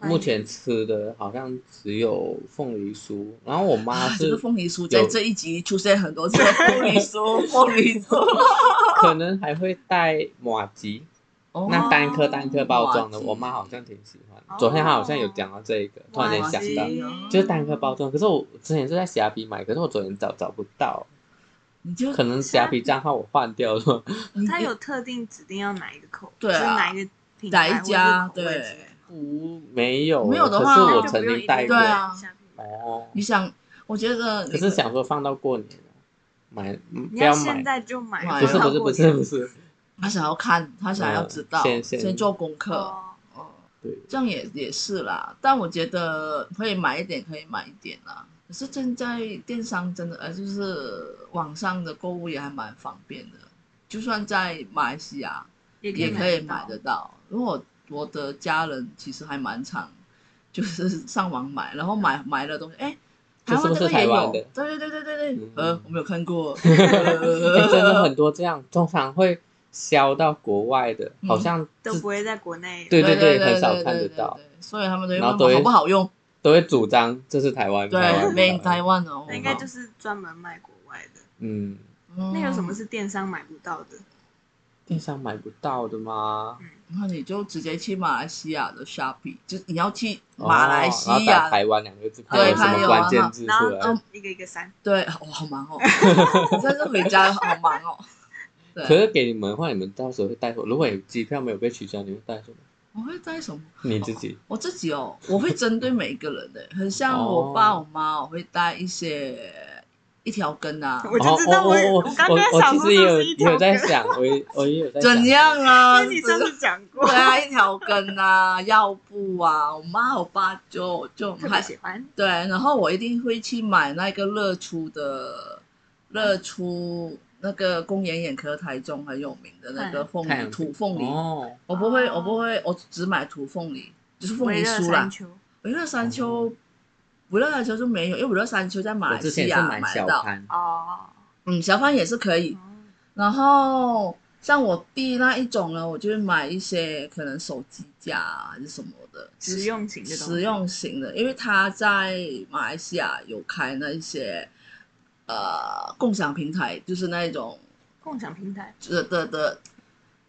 [SPEAKER 1] 哎
[SPEAKER 3] 目前吃的好像只有凤梨酥，然后我妈
[SPEAKER 2] 啊，这
[SPEAKER 3] 是
[SPEAKER 2] 个凤梨酥在
[SPEAKER 3] 有
[SPEAKER 2] 这一集出现很多次，凤梨
[SPEAKER 3] *laughs*
[SPEAKER 2] 酥，凤梨酥。哦
[SPEAKER 3] 可能还会带马吉， *laughs* 那单颗单颗包装的，
[SPEAKER 2] 麻糬
[SPEAKER 3] 我妈好像挺喜欢
[SPEAKER 1] 哦。
[SPEAKER 3] 昨天她好像有讲到这一个，突然间想
[SPEAKER 1] 麻
[SPEAKER 3] 到
[SPEAKER 1] 糬，
[SPEAKER 3] 就是单颗包装。可是我之前是在虾皮买，可是我昨天找找不到，
[SPEAKER 2] 你就
[SPEAKER 3] 可能虾皮账号我换掉了。
[SPEAKER 2] 你
[SPEAKER 1] 它有特定指定要哪一个口，
[SPEAKER 2] 对啊
[SPEAKER 1] 就是哪一个品
[SPEAKER 2] 哪
[SPEAKER 1] 牌
[SPEAKER 2] 一家
[SPEAKER 1] 或者是口味之类
[SPEAKER 2] 对
[SPEAKER 1] 的
[SPEAKER 3] 不，没有，
[SPEAKER 2] 没有的
[SPEAKER 3] 可
[SPEAKER 2] 话
[SPEAKER 3] 是
[SPEAKER 1] 那
[SPEAKER 3] 我
[SPEAKER 1] 就
[SPEAKER 3] 曾
[SPEAKER 1] 不用一
[SPEAKER 3] 经
[SPEAKER 1] 定
[SPEAKER 3] 带过
[SPEAKER 2] 对。啊
[SPEAKER 3] 哦，
[SPEAKER 2] 你想，我觉得
[SPEAKER 3] 可
[SPEAKER 2] 你
[SPEAKER 3] 是想说放到过年啊买，嗯
[SPEAKER 1] 你
[SPEAKER 3] 不
[SPEAKER 1] 要
[SPEAKER 3] 要
[SPEAKER 1] 现
[SPEAKER 3] 买。
[SPEAKER 1] 在就买，
[SPEAKER 2] 不
[SPEAKER 3] 不是
[SPEAKER 1] 然
[SPEAKER 3] 不
[SPEAKER 1] 后
[SPEAKER 3] 是
[SPEAKER 1] 过
[SPEAKER 3] 不是
[SPEAKER 1] 年
[SPEAKER 3] 不是，
[SPEAKER 2] 他想要看，他想要知道，
[SPEAKER 3] 嗯先先
[SPEAKER 2] 做功课，
[SPEAKER 1] 哦
[SPEAKER 2] 哦，
[SPEAKER 3] 对，
[SPEAKER 2] 这样也也是啦。但我觉得可以买一点，可以买一点啦。可是现在电商真的，呃，就是网上的购物也还蛮方便的，就算在马来西亚，
[SPEAKER 1] 也可
[SPEAKER 3] 哦
[SPEAKER 2] 也可以
[SPEAKER 1] 买
[SPEAKER 2] 买
[SPEAKER 1] 到
[SPEAKER 2] 得到。如果我的家人其实还蛮常，就是上网买，然后买买了东西，哎，
[SPEAKER 3] 这
[SPEAKER 2] 台
[SPEAKER 3] 是
[SPEAKER 2] 湾
[SPEAKER 3] 不
[SPEAKER 2] 这
[SPEAKER 3] 是
[SPEAKER 2] 个也
[SPEAKER 3] 台湾
[SPEAKER 2] 有，
[SPEAKER 3] 的
[SPEAKER 2] 对对对对对对
[SPEAKER 3] 嗯，
[SPEAKER 2] 呃，我没有看过，
[SPEAKER 3] 哎真的
[SPEAKER 2] 呃
[SPEAKER 3] 很多这样，通常会销到国外的，
[SPEAKER 2] 嗯
[SPEAKER 3] 好像
[SPEAKER 1] 都
[SPEAKER 3] 自
[SPEAKER 1] 不会在国内
[SPEAKER 3] 对
[SPEAKER 2] 对
[SPEAKER 3] 对
[SPEAKER 2] 对，
[SPEAKER 3] 很少
[SPEAKER 2] 对
[SPEAKER 3] 看
[SPEAKER 2] 对
[SPEAKER 3] 得
[SPEAKER 2] 对
[SPEAKER 3] 到
[SPEAKER 2] 对，所以他们都会
[SPEAKER 3] 然后都
[SPEAKER 2] 问
[SPEAKER 3] 会
[SPEAKER 2] 好不好用，
[SPEAKER 3] 都会主张这是台湾，
[SPEAKER 2] 对
[SPEAKER 3] 台湾
[SPEAKER 2] ，Made in Taiwan 哦
[SPEAKER 1] 那，应该就是专门卖国外的。
[SPEAKER 3] 嗯，
[SPEAKER 2] 嗯
[SPEAKER 1] 那有什么？是电商买不到的？
[SPEAKER 3] 电商买不到的吗？
[SPEAKER 2] 那你就直接去马来西亚的 Shopee，就是你要去马来西
[SPEAKER 3] 哦然后打
[SPEAKER 2] 亚，
[SPEAKER 3] 台湾两个字，看
[SPEAKER 2] 对啊
[SPEAKER 3] 有什
[SPEAKER 2] 它有
[SPEAKER 3] 么关键字
[SPEAKER 1] 然
[SPEAKER 3] 嗯出
[SPEAKER 1] 后
[SPEAKER 3] 来。
[SPEAKER 1] 一个一个删，
[SPEAKER 2] 对，我好忙哦，我现在回家好忙哦，对，
[SPEAKER 3] 可是给你们的话，你们到时候会带什么？如果你机票没有被取消，你会带什么？
[SPEAKER 2] 我会带什么？
[SPEAKER 3] 你自己
[SPEAKER 2] 我自己哦，我会针对每一个人的，很像我爸我妈，我会带一些一条根啊，
[SPEAKER 1] 我
[SPEAKER 3] 哦
[SPEAKER 1] 就知道我
[SPEAKER 3] 我
[SPEAKER 1] 我刚刚在想
[SPEAKER 3] 其
[SPEAKER 1] 说
[SPEAKER 3] 实也
[SPEAKER 1] 这
[SPEAKER 3] 有
[SPEAKER 1] 是一条
[SPEAKER 3] 有在
[SPEAKER 1] 根
[SPEAKER 3] 想，我也我也有在想
[SPEAKER 2] 怎样啊？
[SPEAKER 1] 那你上
[SPEAKER 2] *laughs*
[SPEAKER 1] 次讲过，
[SPEAKER 2] 对啊，一条根啊，腰部啊，我妈我爸就我舅
[SPEAKER 1] 特
[SPEAKER 2] 还
[SPEAKER 1] 别喜欢。
[SPEAKER 2] 对，然后我一定会去买那个乐出的乐
[SPEAKER 1] 嗯
[SPEAKER 2] 出那个公园眼科台中很有名的
[SPEAKER 1] 嗯
[SPEAKER 2] 那个凤
[SPEAKER 3] 太阳
[SPEAKER 2] 梨
[SPEAKER 3] 饼
[SPEAKER 2] 土凤梨，
[SPEAKER 3] 哦，
[SPEAKER 2] 我不会我不会，我只买土凤梨，就是凤
[SPEAKER 1] 维
[SPEAKER 2] 梨
[SPEAKER 1] 热
[SPEAKER 2] 酥啦
[SPEAKER 1] 山。丘，
[SPEAKER 2] 维乐山丘，维乐山丘就没有，因为维乐山丘在马
[SPEAKER 3] 嗯我
[SPEAKER 2] 来
[SPEAKER 3] 之
[SPEAKER 2] 西
[SPEAKER 3] 前是
[SPEAKER 2] 亚
[SPEAKER 3] 买
[SPEAKER 2] 买得
[SPEAKER 3] 小
[SPEAKER 2] 到，
[SPEAKER 3] 盘，
[SPEAKER 1] 哦，
[SPEAKER 2] 嗯，小贩也是可以。然后像我弟那一种呢，我就会买一些可能手机架啊还是什么的，
[SPEAKER 1] 实用型的东西
[SPEAKER 2] 实用型的，因为他在马来西亚有开那一些呃共享平台，就是那一种
[SPEAKER 1] 共享平台，
[SPEAKER 2] 的的的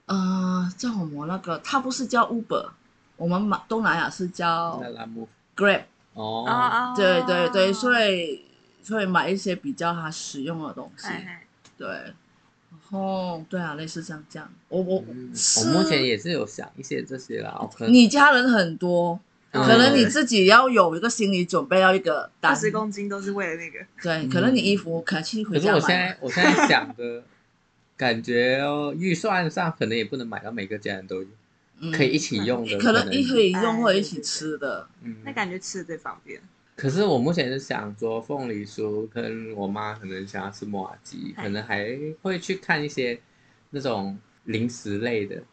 [SPEAKER 2] 呃叫什么那个，它不是叫 Uber，我们马东南亚是叫
[SPEAKER 3] 那拉木
[SPEAKER 2] Grab，
[SPEAKER 3] 哦，
[SPEAKER 1] 哦
[SPEAKER 2] 对对对，所以所以买一些比较它实用的东西，
[SPEAKER 1] 哎哎
[SPEAKER 2] 对，然后对啊，类似像这样，我我、
[SPEAKER 3] 嗯
[SPEAKER 2] 是
[SPEAKER 3] 我目前也是有想一些这些啦，我哦可能
[SPEAKER 2] 你家人很多。
[SPEAKER 3] 嗯
[SPEAKER 2] 可能你自己要有一个心理准备，要一个
[SPEAKER 1] 二
[SPEAKER 2] 担
[SPEAKER 1] 十公斤都是为了那个，
[SPEAKER 2] 对，
[SPEAKER 3] 嗯
[SPEAKER 2] 可能你衣服可去回
[SPEAKER 3] 可是
[SPEAKER 2] 家
[SPEAKER 3] 我现
[SPEAKER 2] 买
[SPEAKER 3] 在
[SPEAKER 2] 嘛。
[SPEAKER 3] 我现在想的感觉哦，预算上可能也不能买到每个家人都有，
[SPEAKER 2] 嗯
[SPEAKER 3] 可以一起用的，
[SPEAKER 2] 可能
[SPEAKER 3] 能
[SPEAKER 2] 一可以用或者
[SPEAKER 1] 哎
[SPEAKER 2] 一起吃的，
[SPEAKER 3] 嗯
[SPEAKER 1] 那感觉吃的最方便。
[SPEAKER 3] 可是我目前是想说，凤梨酥跟我妈可能想要吃麻吉，
[SPEAKER 1] 哎
[SPEAKER 3] 可能还会去看一些那种零食类的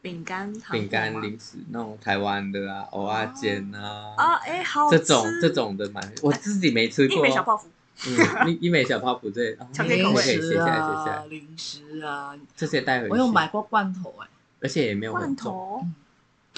[SPEAKER 1] 饼干、糖
[SPEAKER 3] 饼干
[SPEAKER 1] 果吗
[SPEAKER 3] 零食，那种台湾的啊，蚵仔煎啊，
[SPEAKER 1] 啊，哎，好
[SPEAKER 3] 这种
[SPEAKER 1] 吃
[SPEAKER 3] 这种的蛮，我自己没吃
[SPEAKER 1] 一
[SPEAKER 3] 过
[SPEAKER 1] 枚。小泡芙，
[SPEAKER 3] 嗯，一一美小泡芙这，哦
[SPEAKER 1] 强
[SPEAKER 3] 可
[SPEAKER 1] 烈
[SPEAKER 3] 以
[SPEAKER 1] 口味
[SPEAKER 3] 可以写
[SPEAKER 2] 食
[SPEAKER 3] 下来写下
[SPEAKER 2] 啊，
[SPEAKER 3] 来，
[SPEAKER 2] 零食啊，
[SPEAKER 3] 这些带回去。
[SPEAKER 2] 我有买，过罐头哎，
[SPEAKER 3] 而且也没有
[SPEAKER 1] 罐
[SPEAKER 3] 很重。
[SPEAKER 1] 头，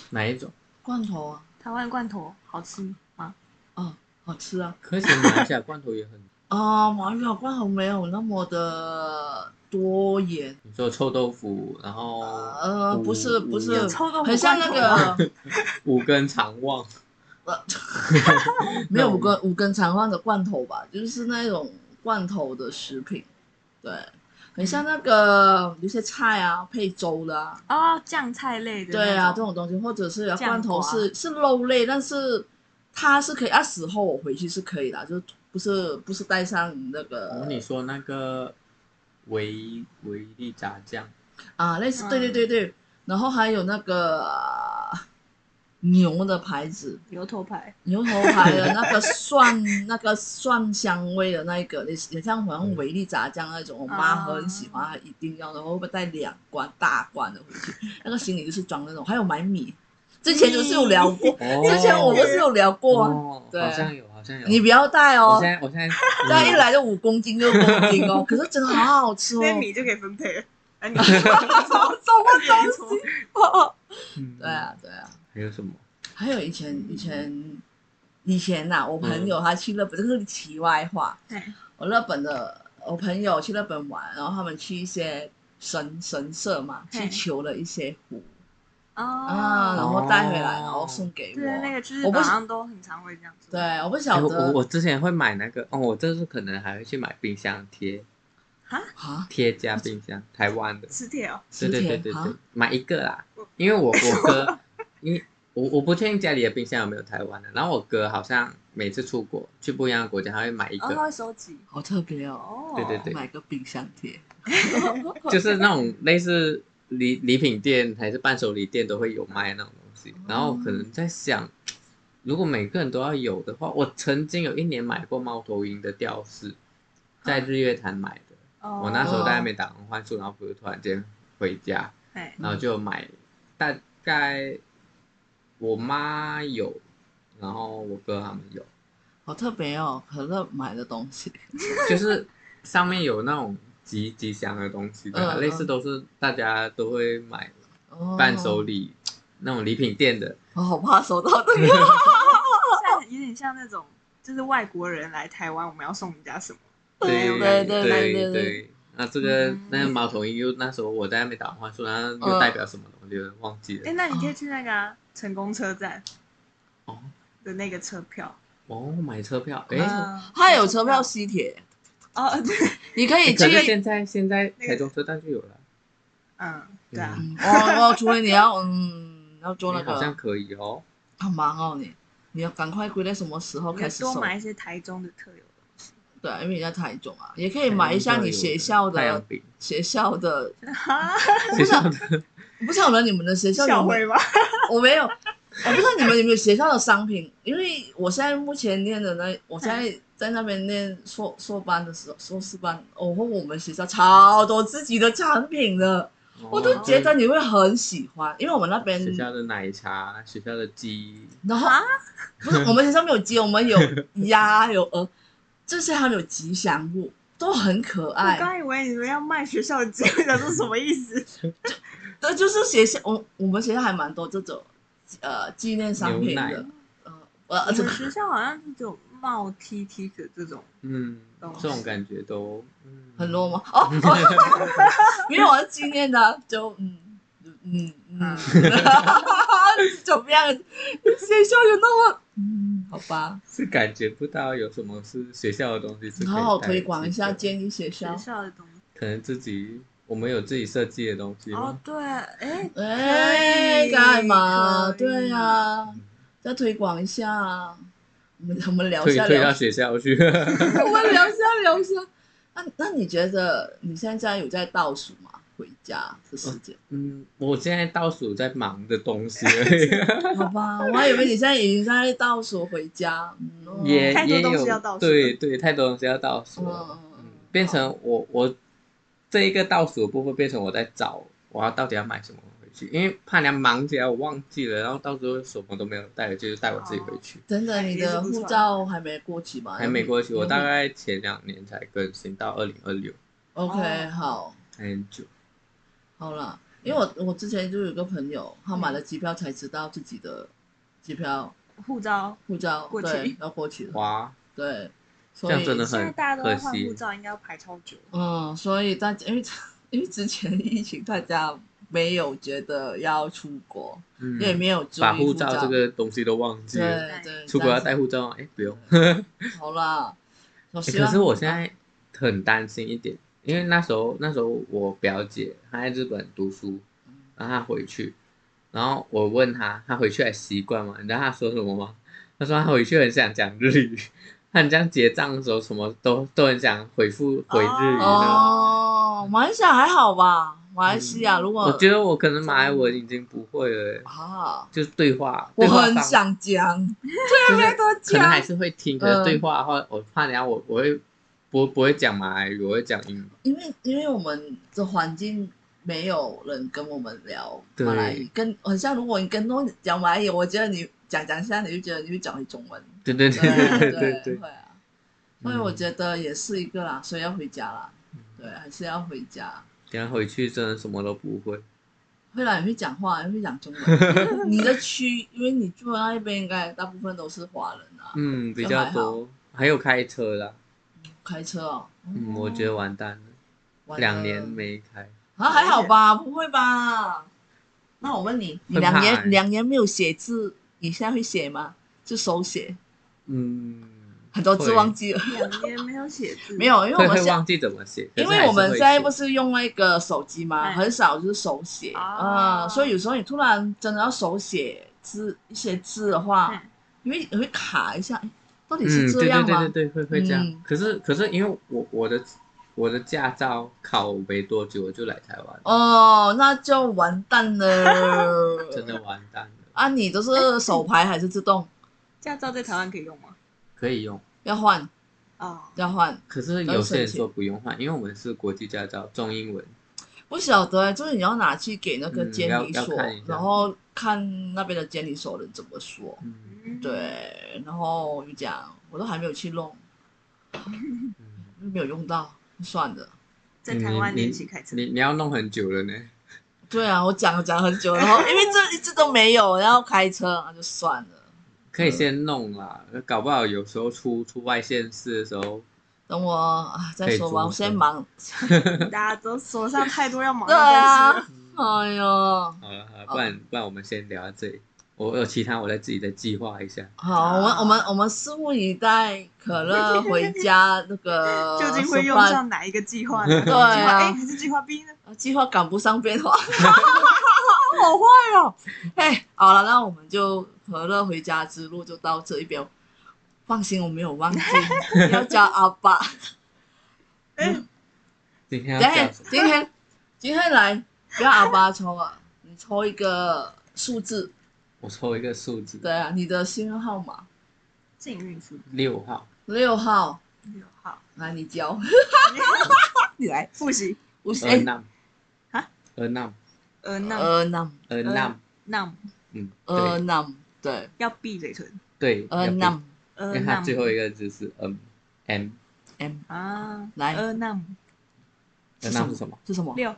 [SPEAKER 3] 哪一种？
[SPEAKER 2] 罐头啊，
[SPEAKER 1] 台湾罐头好吃吗？
[SPEAKER 2] 哦，好吃啊，
[SPEAKER 3] 可是马来西亚罐头也很，
[SPEAKER 2] 啊，马来西亚罐头没有那么的多盐，
[SPEAKER 3] 你说臭豆腐，然后
[SPEAKER 2] 呃，
[SPEAKER 3] 五
[SPEAKER 2] 不是
[SPEAKER 3] 五
[SPEAKER 2] 不是
[SPEAKER 3] 有，
[SPEAKER 1] 臭豆腐
[SPEAKER 2] 很像那
[SPEAKER 1] 罐头吗
[SPEAKER 2] 个
[SPEAKER 3] 五根肠旺，
[SPEAKER 2] 呃没
[SPEAKER 1] *laughs*
[SPEAKER 2] 有五根五根长方的罐头吧，就是那种罐头的食品，对，很像那个有些菜啊配粥的啊。
[SPEAKER 1] 哦，酱菜类的那种，
[SPEAKER 2] 对啊，这种东西，或者是有
[SPEAKER 1] 酱
[SPEAKER 2] 罐头
[SPEAKER 1] 瓜
[SPEAKER 2] 是是肉类，但是它是可以，啊，死后我回去是可以的，啊就是不是不是带上那
[SPEAKER 3] 然
[SPEAKER 2] 个
[SPEAKER 3] 后你说那个维维力炸酱，
[SPEAKER 2] 啊，类似，对对对对，然后还有那个、啊牛的牌子，
[SPEAKER 1] 牛头牌，
[SPEAKER 2] 牛头牌的那个蒜那个蒜香味的那一个，也也像好像
[SPEAKER 3] 嗯
[SPEAKER 2] 维力炸酱那种，我妈
[SPEAKER 1] 啊
[SPEAKER 2] 很喜欢，她一定要，然后会带两罐大罐的回去，那个行李就是装那种，还有买米，之前就是有聊过。之前我不是有聊过啊，
[SPEAKER 3] 哦
[SPEAKER 2] 对
[SPEAKER 3] 好像有，好像有。
[SPEAKER 2] 你不要带
[SPEAKER 3] 我
[SPEAKER 2] 哦
[SPEAKER 3] 现，在我现在
[SPEAKER 2] 带一来就五公斤六公斤哦，可是真的好好吃哦，
[SPEAKER 1] 那
[SPEAKER 2] *laughs*
[SPEAKER 1] 米就可以分配了。哎，你
[SPEAKER 2] 什么
[SPEAKER 1] *laughs*
[SPEAKER 2] 东西？
[SPEAKER 1] 错，
[SPEAKER 2] 哦
[SPEAKER 3] 嗯
[SPEAKER 2] 对，啊对啊，
[SPEAKER 3] 还有什么？
[SPEAKER 2] 还有以前以前以前呐、我
[SPEAKER 3] 嗯
[SPEAKER 2] 朋友他去日本，这个是题外话。
[SPEAKER 1] 哎
[SPEAKER 2] 我日本的我朋友去日本玩，然后他们去一些神神社嘛，
[SPEAKER 1] 嘿
[SPEAKER 2] 去求了一些壶啊，然
[SPEAKER 1] 哦，
[SPEAKER 2] 后带回来，
[SPEAKER 3] 哦
[SPEAKER 2] 然后送给
[SPEAKER 1] 对，那
[SPEAKER 2] 我。
[SPEAKER 1] 个就是
[SPEAKER 2] 我不
[SPEAKER 1] 晚上都很常会这样做。
[SPEAKER 2] 对，我不
[SPEAKER 3] 哎
[SPEAKER 2] 晓
[SPEAKER 3] 我我
[SPEAKER 2] 得
[SPEAKER 3] 我之前会买那个哦，我这次可能还会去买冰箱贴，
[SPEAKER 2] 啊，
[SPEAKER 3] 贴加冰箱，台湾的，
[SPEAKER 1] 磁铁哦，
[SPEAKER 3] 对
[SPEAKER 2] 磁
[SPEAKER 3] 对对
[SPEAKER 2] 铁
[SPEAKER 3] 对对
[SPEAKER 2] 啊，，
[SPEAKER 3] 买一个啦，因为我我哥，因为我我不确定家里的冰箱有没有台湾的，然后我哥好像每次出国去不一样的国家，他会买一
[SPEAKER 1] 然哦后他
[SPEAKER 3] 个，
[SPEAKER 1] 会收集。
[SPEAKER 2] 好特别哦，
[SPEAKER 1] 哦，
[SPEAKER 3] 对对对
[SPEAKER 2] 买个冰箱贴。
[SPEAKER 3] 就是那种类似礼礼品店还是伴手礼店都会有卖那种东西，然后可能在想，如果每个人都要有的话，我曾经有一年买过猫头鹰的吊饰，在日月潭买的。
[SPEAKER 1] 哦
[SPEAKER 3] 我那时候
[SPEAKER 2] 带
[SPEAKER 3] 在那边打工换宿，然后不是突然间回家，
[SPEAKER 1] 哎
[SPEAKER 3] 然后就买大概我妈有，然后我哥他们有，
[SPEAKER 2] 好特别哦，可乐买的东西。
[SPEAKER 3] 就是 *laughs* 上面有那种吉吉祥的东西的啊，
[SPEAKER 2] 嗯嗯
[SPEAKER 3] 类似都是大家都会买
[SPEAKER 2] 哦
[SPEAKER 3] 伴手礼那种礼品店
[SPEAKER 2] *laughs*
[SPEAKER 3] 的，
[SPEAKER 2] 我好怕收到这个。
[SPEAKER 1] 像有点像那种，就是外国人来台湾，我们要送人家什么？
[SPEAKER 3] 对
[SPEAKER 2] 对对对
[SPEAKER 3] 对
[SPEAKER 2] 对
[SPEAKER 3] 对。那这个
[SPEAKER 1] 嗯
[SPEAKER 3] 那个猫头鹰又那时候我在那边打工换宿，然后
[SPEAKER 2] 嗯
[SPEAKER 3] 又代表什么东西忘记
[SPEAKER 1] 哎，
[SPEAKER 3] 了。
[SPEAKER 1] 那你可以去那个啊成功车站
[SPEAKER 3] 哦
[SPEAKER 1] 的那个车票，
[SPEAKER 3] 哦，买车票，哎，
[SPEAKER 1] 嗯
[SPEAKER 2] 它有车
[SPEAKER 3] *laughs*
[SPEAKER 2] 票吸铁，
[SPEAKER 1] 哦，对，
[SPEAKER 2] 你可以
[SPEAKER 3] 哎可是
[SPEAKER 2] 去。
[SPEAKER 3] 现在现在
[SPEAKER 1] 那个
[SPEAKER 3] 台中车站就有了，
[SPEAKER 1] 嗯，对啊，
[SPEAKER 2] 嗯哦哦，除非你要嗯要做那
[SPEAKER 3] 诶好像
[SPEAKER 2] 个，
[SPEAKER 3] 可以哦。
[SPEAKER 2] 好忙哦你，你要赶快规在什么时候
[SPEAKER 1] 我们
[SPEAKER 2] 开
[SPEAKER 1] 就
[SPEAKER 2] 始
[SPEAKER 1] 多
[SPEAKER 2] 收？
[SPEAKER 1] 买一些台中的特有的。
[SPEAKER 2] 对啊，因为你在台中啊，也可以买一下你学校
[SPEAKER 3] 太阳
[SPEAKER 2] 的啊
[SPEAKER 3] 饼，
[SPEAKER 2] 学校的。
[SPEAKER 1] 啊，
[SPEAKER 2] 我不
[SPEAKER 3] 学
[SPEAKER 2] 知道
[SPEAKER 3] 校，的
[SPEAKER 2] 我不晓得你们的学校有
[SPEAKER 1] 小
[SPEAKER 2] 没有
[SPEAKER 1] 辉吧，
[SPEAKER 2] 我没有，我不知道你们有没有学校的商品，因为我现在目前念的那，我现在在那边念硕硕班的时候，硕士班，哦，我们学校超多自己的产品
[SPEAKER 3] 哦
[SPEAKER 2] 的， *laughs* 我都觉得你会很喜欢，因为我们那边，
[SPEAKER 3] 学哦校的奶茶，学校的鸡，
[SPEAKER 2] 然后
[SPEAKER 1] 啊
[SPEAKER 2] 不是我们学校没有鸡，我们
[SPEAKER 3] *laughs*
[SPEAKER 2] 有鸭有鹅，这些还有吉祥物，都很可
[SPEAKER 1] 我
[SPEAKER 2] 爱。
[SPEAKER 1] 刚以为你们要卖学校的机会，想说什么意
[SPEAKER 2] *laughs*
[SPEAKER 1] 思？
[SPEAKER 2] 对，就是学校，我我们学校还蛮多这种呃纪念商品
[SPEAKER 3] 牛
[SPEAKER 2] 的
[SPEAKER 3] 奶，
[SPEAKER 2] 呃，我而
[SPEAKER 1] 我
[SPEAKER 2] 且
[SPEAKER 3] *laughs*
[SPEAKER 1] 们学校好像是只有帽 T T 恤这种，
[SPEAKER 3] 嗯，
[SPEAKER 1] 懂
[SPEAKER 3] 这种感觉都嗯
[SPEAKER 2] 很 low 吗？ *laughs* 哦，没有，我是纪念的啊，就嗯嗯 *laughs* 嗯，怎么样？学校有那么嗯，好吧，
[SPEAKER 3] 是感觉不到有什么是学校的东西是可以
[SPEAKER 2] 好好
[SPEAKER 3] 带
[SPEAKER 2] 推
[SPEAKER 3] 进
[SPEAKER 2] 广一下，
[SPEAKER 3] 的
[SPEAKER 2] 建议学
[SPEAKER 1] 学
[SPEAKER 2] 校。
[SPEAKER 1] 校的东西。
[SPEAKER 3] 可能自己我们有自己设计的东西
[SPEAKER 1] 哦
[SPEAKER 3] 吗？，
[SPEAKER 1] 对，哎，
[SPEAKER 2] 哎，
[SPEAKER 1] 可以
[SPEAKER 2] 干
[SPEAKER 3] 哎
[SPEAKER 2] 嘛？
[SPEAKER 1] 可以
[SPEAKER 2] 对呀、再推广一下啊。我们我们聊
[SPEAKER 3] 推
[SPEAKER 2] 一下
[SPEAKER 3] 推
[SPEAKER 2] 聊
[SPEAKER 3] 到
[SPEAKER 2] 一下，
[SPEAKER 3] 学校去，
[SPEAKER 2] 我们聊一下 *laughs* 聊一下。那那你觉得你现在有在倒数吗？回家的时间？
[SPEAKER 3] *laughs* 嗯，我现在倒数在忙的东
[SPEAKER 2] *laughs*
[SPEAKER 3] 西而
[SPEAKER 2] 好吧，我还以为你现在已经在倒数回家。嗯哦
[SPEAKER 3] 已，也
[SPEAKER 1] 太多
[SPEAKER 3] 也
[SPEAKER 1] 东西
[SPEAKER 3] 有
[SPEAKER 1] 要倒数
[SPEAKER 3] 对对，太多东西要倒数
[SPEAKER 2] 嗯
[SPEAKER 3] 了，
[SPEAKER 2] 嗯
[SPEAKER 3] 嗯
[SPEAKER 2] 嗯，
[SPEAKER 3] 变成我我这一个倒数的部分变成我在找我要到底要买什么回去，因为怕娘忙起来我忘记了，然后到时候什么都没有带回去，就带我自己回去。
[SPEAKER 2] 等等，
[SPEAKER 1] 哎
[SPEAKER 2] 你
[SPEAKER 1] 也是
[SPEAKER 2] 的
[SPEAKER 1] 不
[SPEAKER 2] 护
[SPEAKER 1] 错
[SPEAKER 2] 照还没过期吧？
[SPEAKER 3] 还没过去，我
[SPEAKER 2] 有
[SPEAKER 3] 大概前两年才更新到二零二六，
[SPEAKER 2] OK，
[SPEAKER 1] 哦
[SPEAKER 2] 好，
[SPEAKER 3] 还很久。
[SPEAKER 2] 好了，因为我我之前就有个朋友，他买了机票才知道自己的机票
[SPEAKER 1] 护照，
[SPEAKER 2] 护照
[SPEAKER 1] 过期
[SPEAKER 2] 对要过期了，
[SPEAKER 3] 哇，
[SPEAKER 2] 对，
[SPEAKER 3] 这
[SPEAKER 2] 所
[SPEAKER 3] 样真
[SPEAKER 2] 以
[SPEAKER 3] 的
[SPEAKER 1] 现在
[SPEAKER 3] 很
[SPEAKER 1] 大家都
[SPEAKER 3] 可
[SPEAKER 1] 在换
[SPEAKER 3] 惜
[SPEAKER 1] 护。照，应该要排超久。
[SPEAKER 2] 嗯，所以大家因为因为之前疫情，大家没有觉得要出国，
[SPEAKER 3] 嗯
[SPEAKER 2] 也没有注
[SPEAKER 3] 把
[SPEAKER 2] 意
[SPEAKER 3] 护
[SPEAKER 2] 照
[SPEAKER 3] 照这个东西都忘记了，
[SPEAKER 2] 对对，
[SPEAKER 3] 出国要
[SPEAKER 2] 这
[SPEAKER 3] 带
[SPEAKER 2] 样
[SPEAKER 3] 护照吗？哎，不用。
[SPEAKER 2] 子好啦，我
[SPEAKER 3] 欸
[SPEAKER 2] 希
[SPEAKER 3] 可
[SPEAKER 2] 望
[SPEAKER 3] 是我现在很担心一点，因为那时候那时候我表姐她在日本读书，然后她回去，然后我问她她回去还习惯吗？你知道她说什么吗？她说她回去很想讲日语，她很像结账的时候什么都都很想回复回日语那种。
[SPEAKER 2] 哦，马来西亚还好吧？马来西亚
[SPEAKER 1] 嗯
[SPEAKER 2] 如果
[SPEAKER 3] 我觉得我可能马来文已经不会了，
[SPEAKER 2] 啊，
[SPEAKER 3] 就是对话，
[SPEAKER 2] 我
[SPEAKER 3] 对话啊
[SPEAKER 2] 很
[SPEAKER 3] 方
[SPEAKER 2] 想讲。
[SPEAKER 3] *laughs*
[SPEAKER 2] *laughs* 啊
[SPEAKER 3] 就是
[SPEAKER 2] 多
[SPEAKER 3] 可能还
[SPEAKER 2] 讲，
[SPEAKER 3] 是会听，可是
[SPEAKER 2] 嗯
[SPEAKER 3] 对话的话，我怕等下我我会不不会讲马来语，我会讲英语。
[SPEAKER 2] 因为因为我们的环境没有人跟我们聊
[SPEAKER 3] 对
[SPEAKER 2] 马来语，跟很像如果你跟东讲马来语，我觉得你讲讲下你就觉得你会讲回中
[SPEAKER 3] *laughs*
[SPEAKER 2] 文，
[SPEAKER 3] 对对
[SPEAKER 2] 对
[SPEAKER 3] 对对
[SPEAKER 2] 对
[SPEAKER 3] 对，嗯
[SPEAKER 2] 会啊，所以我觉得也是一个啦，所以要回家啦，对，还是要回家。
[SPEAKER 3] 嗯等下回去真的什么都不会。
[SPEAKER 2] 啊会啦，你会讲话，你会讲中文。 *laughs* 你的区，因为你住的那边应该大部分都是华人啊。
[SPEAKER 3] 嗯，比较多，还有开车啦。
[SPEAKER 2] 开车哦，
[SPEAKER 3] 嗯，我觉得完蛋了，
[SPEAKER 2] 得
[SPEAKER 3] 两年没开，
[SPEAKER 2] 啊，还好吧，不会吧？那我问你，你
[SPEAKER 3] 会怕
[SPEAKER 2] 两
[SPEAKER 3] 欸
[SPEAKER 2] 年两年没有写字，你现在会写吗？就手写，
[SPEAKER 3] 嗯，
[SPEAKER 2] 很多字
[SPEAKER 3] 会
[SPEAKER 2] 忘记了。
[SPEAKER 1] 两年没有写字，
[SPEAKER 2] 没，有，因为
[SPEAKER 3] 会
[SPEAKER 2] 我们
[SPEAKER 3] 会
[SPEAKER 2] 现
[SPEAKER 3] 忘记怎么写，可
[SPEAKER 2] 因
[SPEAKER 3] 是
[SPEAKER 2] 为我们现在不
[SPEAKER 3] 还是
[SPEAKER 2] 是用那个手机嘛，
[SPEAKER 1] 哎
[SPEAKER 2] 很少就是手写啊、
[SPEAKER 1] 哦
[SPEAKER 2] 所以有时候你突然真的要手写字一些字的话
[SPEAKER 1] 哎，
[SPEAKER 2] 因为你会卡一下，哎到底
[SPEAKER 3] 会
[SPEAKER 2] 是
[SPEAKER 3] 写嗯，
[SPEAKER 2] 这
[SPEAKER 3] 对
[SPEAKER 2] 样
[SPEAKER 3] 对
[SPEAKER 2] 吗？
[SPEAKER 3] 对对对，会会这样
[SPEAKER 2] 嗯。
[SPEAKER 3] 可是可是因为我我的我的驾照考没多久，我就来台湾，。
[SPEAKER 2] 哦，那就完蛋了
[SPEAKER 3] *laughs* 真的完蛋了，
[SPEAKER 2] 啊，你都是手排还是自动？
[SPEAKER 1] 驾照在台湾可以用吗？
[SPEAKER 3] 可以用。
[SPEAKER 2] 要换，
[SPEAKER 1] 哦，
[SPEAKER 2] 要换。
[SPEAKER 3] 可是有些人说不用换，因为我们是国际驾照，中英文。
[SPEAKER 2] 不晓得，就是你要拿去给那个监理所，
[SPEAKER 3] 嗯要要看一下
[SPEAKER 2] 然后看那边的监理所的人怎么说。
[SPEAKER 3] 嗯，
[SPEAKER 2] 对，然后我就讲，我都还没有去弄，
[SPEAKER 3] 嗯
[SPEAKER 2] 又没有用到，算了。
[SPEAKER 1] 在台湾练习开车，
[SPEAKER 3] 你你要弄很久了呢。
[SPEAKER 2] 对啊，我讲讲很久，然后因为这一直都没有，然后开车啊那就算了。嗯
[SPEAKER 3] 可以先弄啦，搞不好有时候出出外县市的时候，
[SPEAKER 2] 等我啊再说
[SPEAKER 3] 可以
[SPEAKER 2] 吧，
[SPEAKER 3] 租
[SPEAKER 2] 我先
[SPEAKER 3] 车
[SPEAKER 2] 忙。
[SPEAKER 1] 大家都手上太多要忙
[SPEAKER 2] 对
[SPEAKER 1] 的东西了。，
[SPEAKER 2] 啊哎呦，
[SPEAKER 3] 好了好了，不然不然我们先聊到这里，我有其他我再自己再计划一下。
[SPEAKER 2] 好，我们我们我们拭目以待，可乐回家那
[SPEAKER 1] *laughs*
[SPEAKER 2] 个
[SPEAKER 1] 究竟会用
[SPEAKER 2] 上。
[SPEAKER 1] 上哪一个计划呢？
[SPEAKER 3] 呃对
[SPEAKER 2] 啊
[SPEAKER 1] 计划 A 还是计划 B 呢？
[SPEAKER 2] 啊计划赶不上变化，好坏哦！哎，好了，那我们就和乐回家之路就到这一边。放心，我没有忘记，你要叫阿爸。
[SPEAKER 1] 哎，
[SPEAKER 3] 今
[SPEAKER 2] 今
[SPEAKER 3] 天要讲
[SPEAKER 2] 天
[SPEAKER 3] 什么？
[SPEAKER 2] 今天今天来，不要阿爸抽啊，你抽一个数字，
[SPEAKER 3] 我抽一个数字，
[SPEAKER 2] 对啊，你的信任号码
[SPEAKER 1] 幸运数
[SPEAKER 3] 六号。
[SPEAKER 2] 六号，
[SPEAKER 1] 六号，
[SPEAKER 2] 来你教， *laughs* 你来，
[SPEAKER 1] 复习
[SPEAKER 2] 不是
[SPEAKER 3] 呃
[SPEAKER 2] 哎，
[SPEAKER 3] nam
[SPEAKER 1] 啊？
[SPEAKER 3] 呃 nam
[SPEAKER 1] 呃那
[SPEAKER 2] 呃，num
[SPEAKER 3] 呃 nam
[SPEAKER 1] 那
[SPEAKER 3] 嗯，
[SPEAKER 2] 呃
[SPEAKER 3] 对
[SPEAKER 2] num 对，
[SPEAKER 1] 要闭嘴唇，
[SPEAKER 3] 对，
[SPEAKER 2] 呃
[SPEAKER 3] 要不
[SPEAKER 2] num
[SPEAKER 1] 呃
[SPEAKER 3] 因为
[SPEAKER 1] 那
[SPEAKER 3] 它最后一个字是 m m，
[SPEAKER 2] m
[SPEAKER 1] 啊，
[SPEAKER 2] 来
[SPEAKER 1] 呃那
[SPEAKER 3] 呃 nam 是什么？
[SPEAKER 2] 是什么？
[SPEAKER 1] 六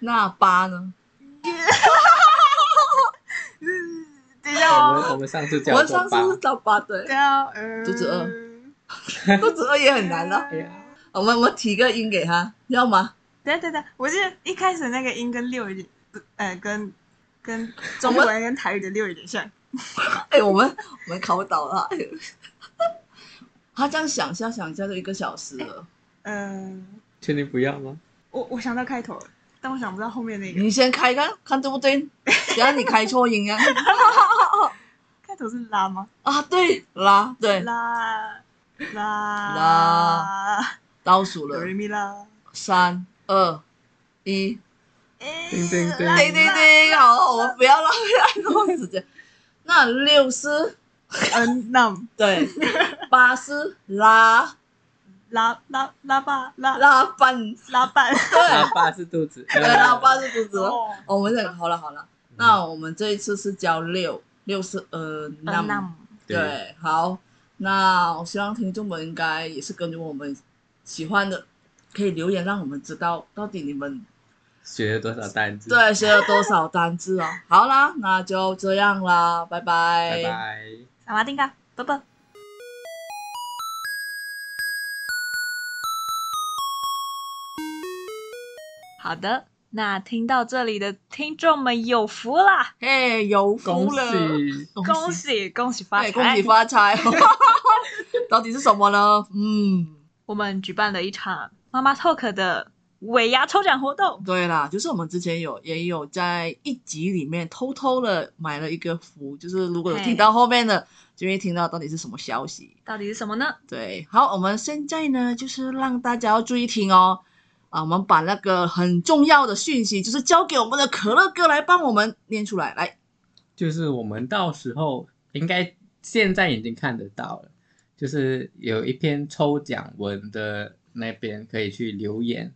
[SPEAKER 2] 那八呢？
[SPEAKER 1] 等一下
[SPEAKER 3] 我们
[SPEAKER 1] 哦，
[SPEAKER 3] 哎我们上次
[SPEAKER 2] 哎我
[SPEAKER 3] 讲
[SPEAKER 2] 们上
[SPEAKER 3] 过
[SPEAKER 2] 次
[SPEAKER 3] 八，
[SPEAKER 2] 是到八对
[SPEAKER 1] 等一，下哦呃
[SPEAKER 2] 肚子饿肚子饿也很难了。
[SPEAKER 3] 哎呀，
[SPEAKER 2] 我们我们提个音给他，要吗？
[SPEAKER 1] 等一下等一下，我记得一开始那个音跟六有点，呃，跟跟中文跟台语的六有点像。
[SPEAKER 2] 哎，我们我们考倒了。哎他这样想一下想一下就一个小时了。
[SPEAKER 1] 嗯，
[SPEAKER 3] 确定不要吗？
[SPEAKER 1] 我我想到开头了，但我想不到后面那个。
[SPEAKER 2] 你先开看看对不对？等下你开错音啊！
[SPEAKER 1] 开头是拉吗？
[SPEAKER 2] 啊，对啦，对，
[SPEAKER 1] 拉拉
[SPEAKER 2] 拉倒数
[SPEAKER 1] 哆
[SPEAKER 2] 了
[SPEAKER 1] 瑞，咪拉。
[SPEAKER 2] 三二一，
[SPEAKER 1] 叮
[SPEAKER 3] 叮叮叮
[SPEAKER 2] 对对对，好，我们不要浪费太多时间。那六是
[SPEAKER 1] 嗯，那
[SPEAKER 2] 对，八是拉
[SPEAKER 1] 拉拉拉吧拉
[SPEAKER 2] 拉半，
[SPEAKER 1] 拉板。
[SPEAKER 3] 喇
[SPEAKER 2] 对，
[SPEAKER 3] 叭是
[SPEAKER 2] *laughs*
[SPEAKER 3] 肚子，嗯
[SPEAKER 2] 对，拉半是肚子了。
[SPEAKER 1] *laughs* 哦
[SPEAKER 2] 我们这个好了好了，那我们这一次是教六，六是呃那
[SPEAKER 1] 嗯那
[SPEAKER 3] 对，
[SPEAKER 2] 对，好，那我希望听众们应该也是根据我们喜欢的，可以留言让我们知道到底你
[SPEAKER 3] 嗯
[SPEAKER 2] 们
[SPEAKER 3] 学了多少单字？，
[SPEAKER 2] 对学了多少单字哦。好啦，那就这样啦，拜
[SPEAKER 3] 拜拜。
[SPEAKER 1] 萨瓦丁嘎，拜拜。好的，那听到这里的听众们有福啦！
[SPEAKER 2] 嘿，有
[SPEAKER 3] 恭
[SPEAKER 2] 福了，
[SPEAKER 3] 喜！
[SPEAKER 1] 恭喜恭喜发财！
[SPEAKER 2] 对恭喜发财！哦 *laughs* 到底是什么呢？嗯，
[SPEAKER 1] 我们举办了一场妈妈 talk 的尾牙抽奖活动，
[SPEAKER 2] 对啦，就是我们之前有也有在一集里面偷偷的买了一个福，就是如果有
[SPEAKER 1] 嘿
[SPEAKER 2] 听到后面的，就会听到到底是什么消息。
[SPEAKER 1] 到底是什么呢？
[SPEAKER 2] 对，好，我们现在呢，就是让大家要注意听哦。啊，我们把那个很重要的讯息，就是交给我们的可乐哥来帮我们念出来。来，
[SPEAKER 3] 就是我们到时候应该现在已经看得到了，就是有一篇抽奖文的那边可以去留言，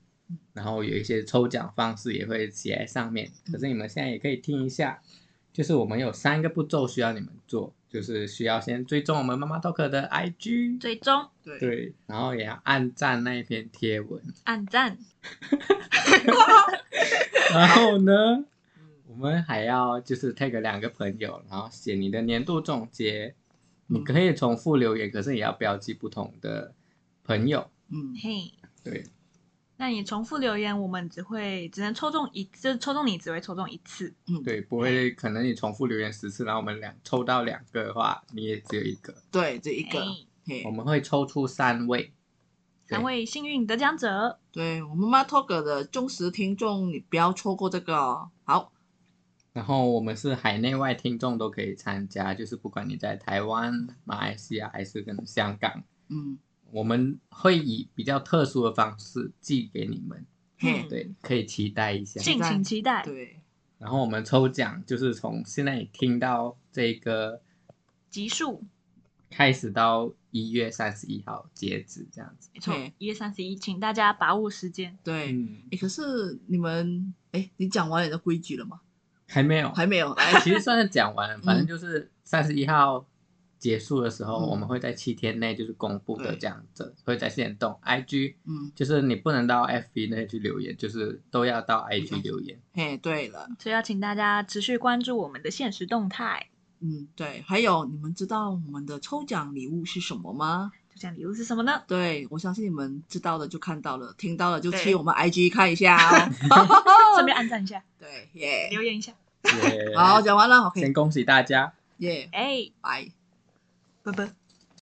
[SPEAKER 3] 然后有一些抽奖方式也会写在上面。可是你们现在也可以听一下，就是我们有三个步骤需要你们做，就是需要先追踪我们妈妈 talk 的 IG，
[SPEAKER 1] 最终
[SPEAKER 2] 对，
[SPEAKER 3] 对，然后也要按赞那一篇贴文，
[SPEAKER 1] 按赞，
[SPEAKER 3] *laughs* 然后呢，嗯我们还要就是 tag 两个朋友，然后写你的年度总结。你可以重复留言，可是也要标记不同的朋友。
[SPEAKER 2] 嗯，
[SPEAKER 1] 嘿。
[SPEAKER 3] 对，
[SPEAKER 1] 那你重复留言，我们只会只能抽中一，就是抽中你只会抽中一次。
[SPEAKER 2] 嗯
[SPEAKER 3] 对，不会，可能你重复留言十次，然后我们两抽到两个的话，你也只有一个。
[SPEAKER 2] 对，这一个，
[SPEAKER 1] 嘿
[SPEAKER 2] 嘿
[SPEAKER 3] 我，们会抽出三位，对
[SPEAKER 1] 三位幸运得奖者，
[SPEAKER 2] 对我们妈 talk 的忠实听众，你不要错过这个哦。好，
[SPEAKER 3] 然后我们是海内外听众都可以参加，就是不管你在台湾、马来西亚还是跟香港，
[SPEAKER 2] 嗯，
[SPEAKER 3] 我们会以比较特殊的方式寄给你们。
[SPEAKER 2] 嘿，
[SPEAKER 3] 对，可以期待一下。
[SPEAKER 1] 敬
[SPEAKER 2] 待
[SPEAKER 1] 请期待。
[SPEAKER 2] 对，
[SPEAKER 3] 然后我们抽奖就是从现在你听到这个
[SPEAKER 1] 集数
[SPEAKER 3] 开始到一月三十一号截止这样子。
[SPEAKER 1] 没错
[SPEAKER 2] 嘿，
[SPEAKER 1] 一月三十一，请大家把握时间。
[SPEAKER 2] 对。
[SPEAKER 3] 嗯，
[SPEAKER 2] 哎，可是你们，哎，你讲完你的规矩了吗？
[SPEAKER 3] 还没有，
[SPEAKER 2] 还没有，
[SPEAKER 3] *laughs*
[SPEAKER 2] 来
[SPEAKER 3] 哎，，其实算是讲完了，
[SPEAKER 2] *laughs*
[SPEAKER 3] 反正
[SPEAKER 2] 嗯
[SPEAKER 3] 就是三十一号结束的时候，
[SPEAKER 2] 嗯
[SPEAKER 3] 我们会在七天内就是公布的
[SPEAKER 2] 对
[SPEAKER 3] 这样子，会在线动 IG，
[SPEAKER 2] 嗯，
[SPEAKER 3] 就是你不能到 FB 那里去留言，就是都要到
[SPEAKER 2] *laughs*
[SPEAKER 3] IG 留言。
[SPEAKER 2] 嘿，对了。
[SPEAKER 1] 所以要请大家持续关注我们的现实动态。
[SPEAKER 2] 嗯，对，还有你们知道我们的抽奖礼物是什么吗？
[SPEAKER 1] 抽奖礼物是什么呢？
[SPEAKER 2] 对，我相信你们知道的就看到了，听到了就
[SPEAKER 1] 对
[SPEAKER 2] 去我们 IG 看一下
[SPEAKER 1] *laughs*
[SPEAKER 2] 哦。
[SPEAKER 1] 顺便按赞一下，
[SPEAKER 2] 对，耶、
[SPEAKER 1] 留言一下。
[SPEAKER 3] 耶
[SPEAKER 2] 好，，讲完了
[SPEAKER 3] 先
[SPEAKER 2] ，OK，
[SPEAKER 3] 恭喜大家。
[SPEAKER 2] 耶，
[SPEAKER 1] 哎，
[SPEAKER 2] 拜。
[SPEAKER 1] 拜拜。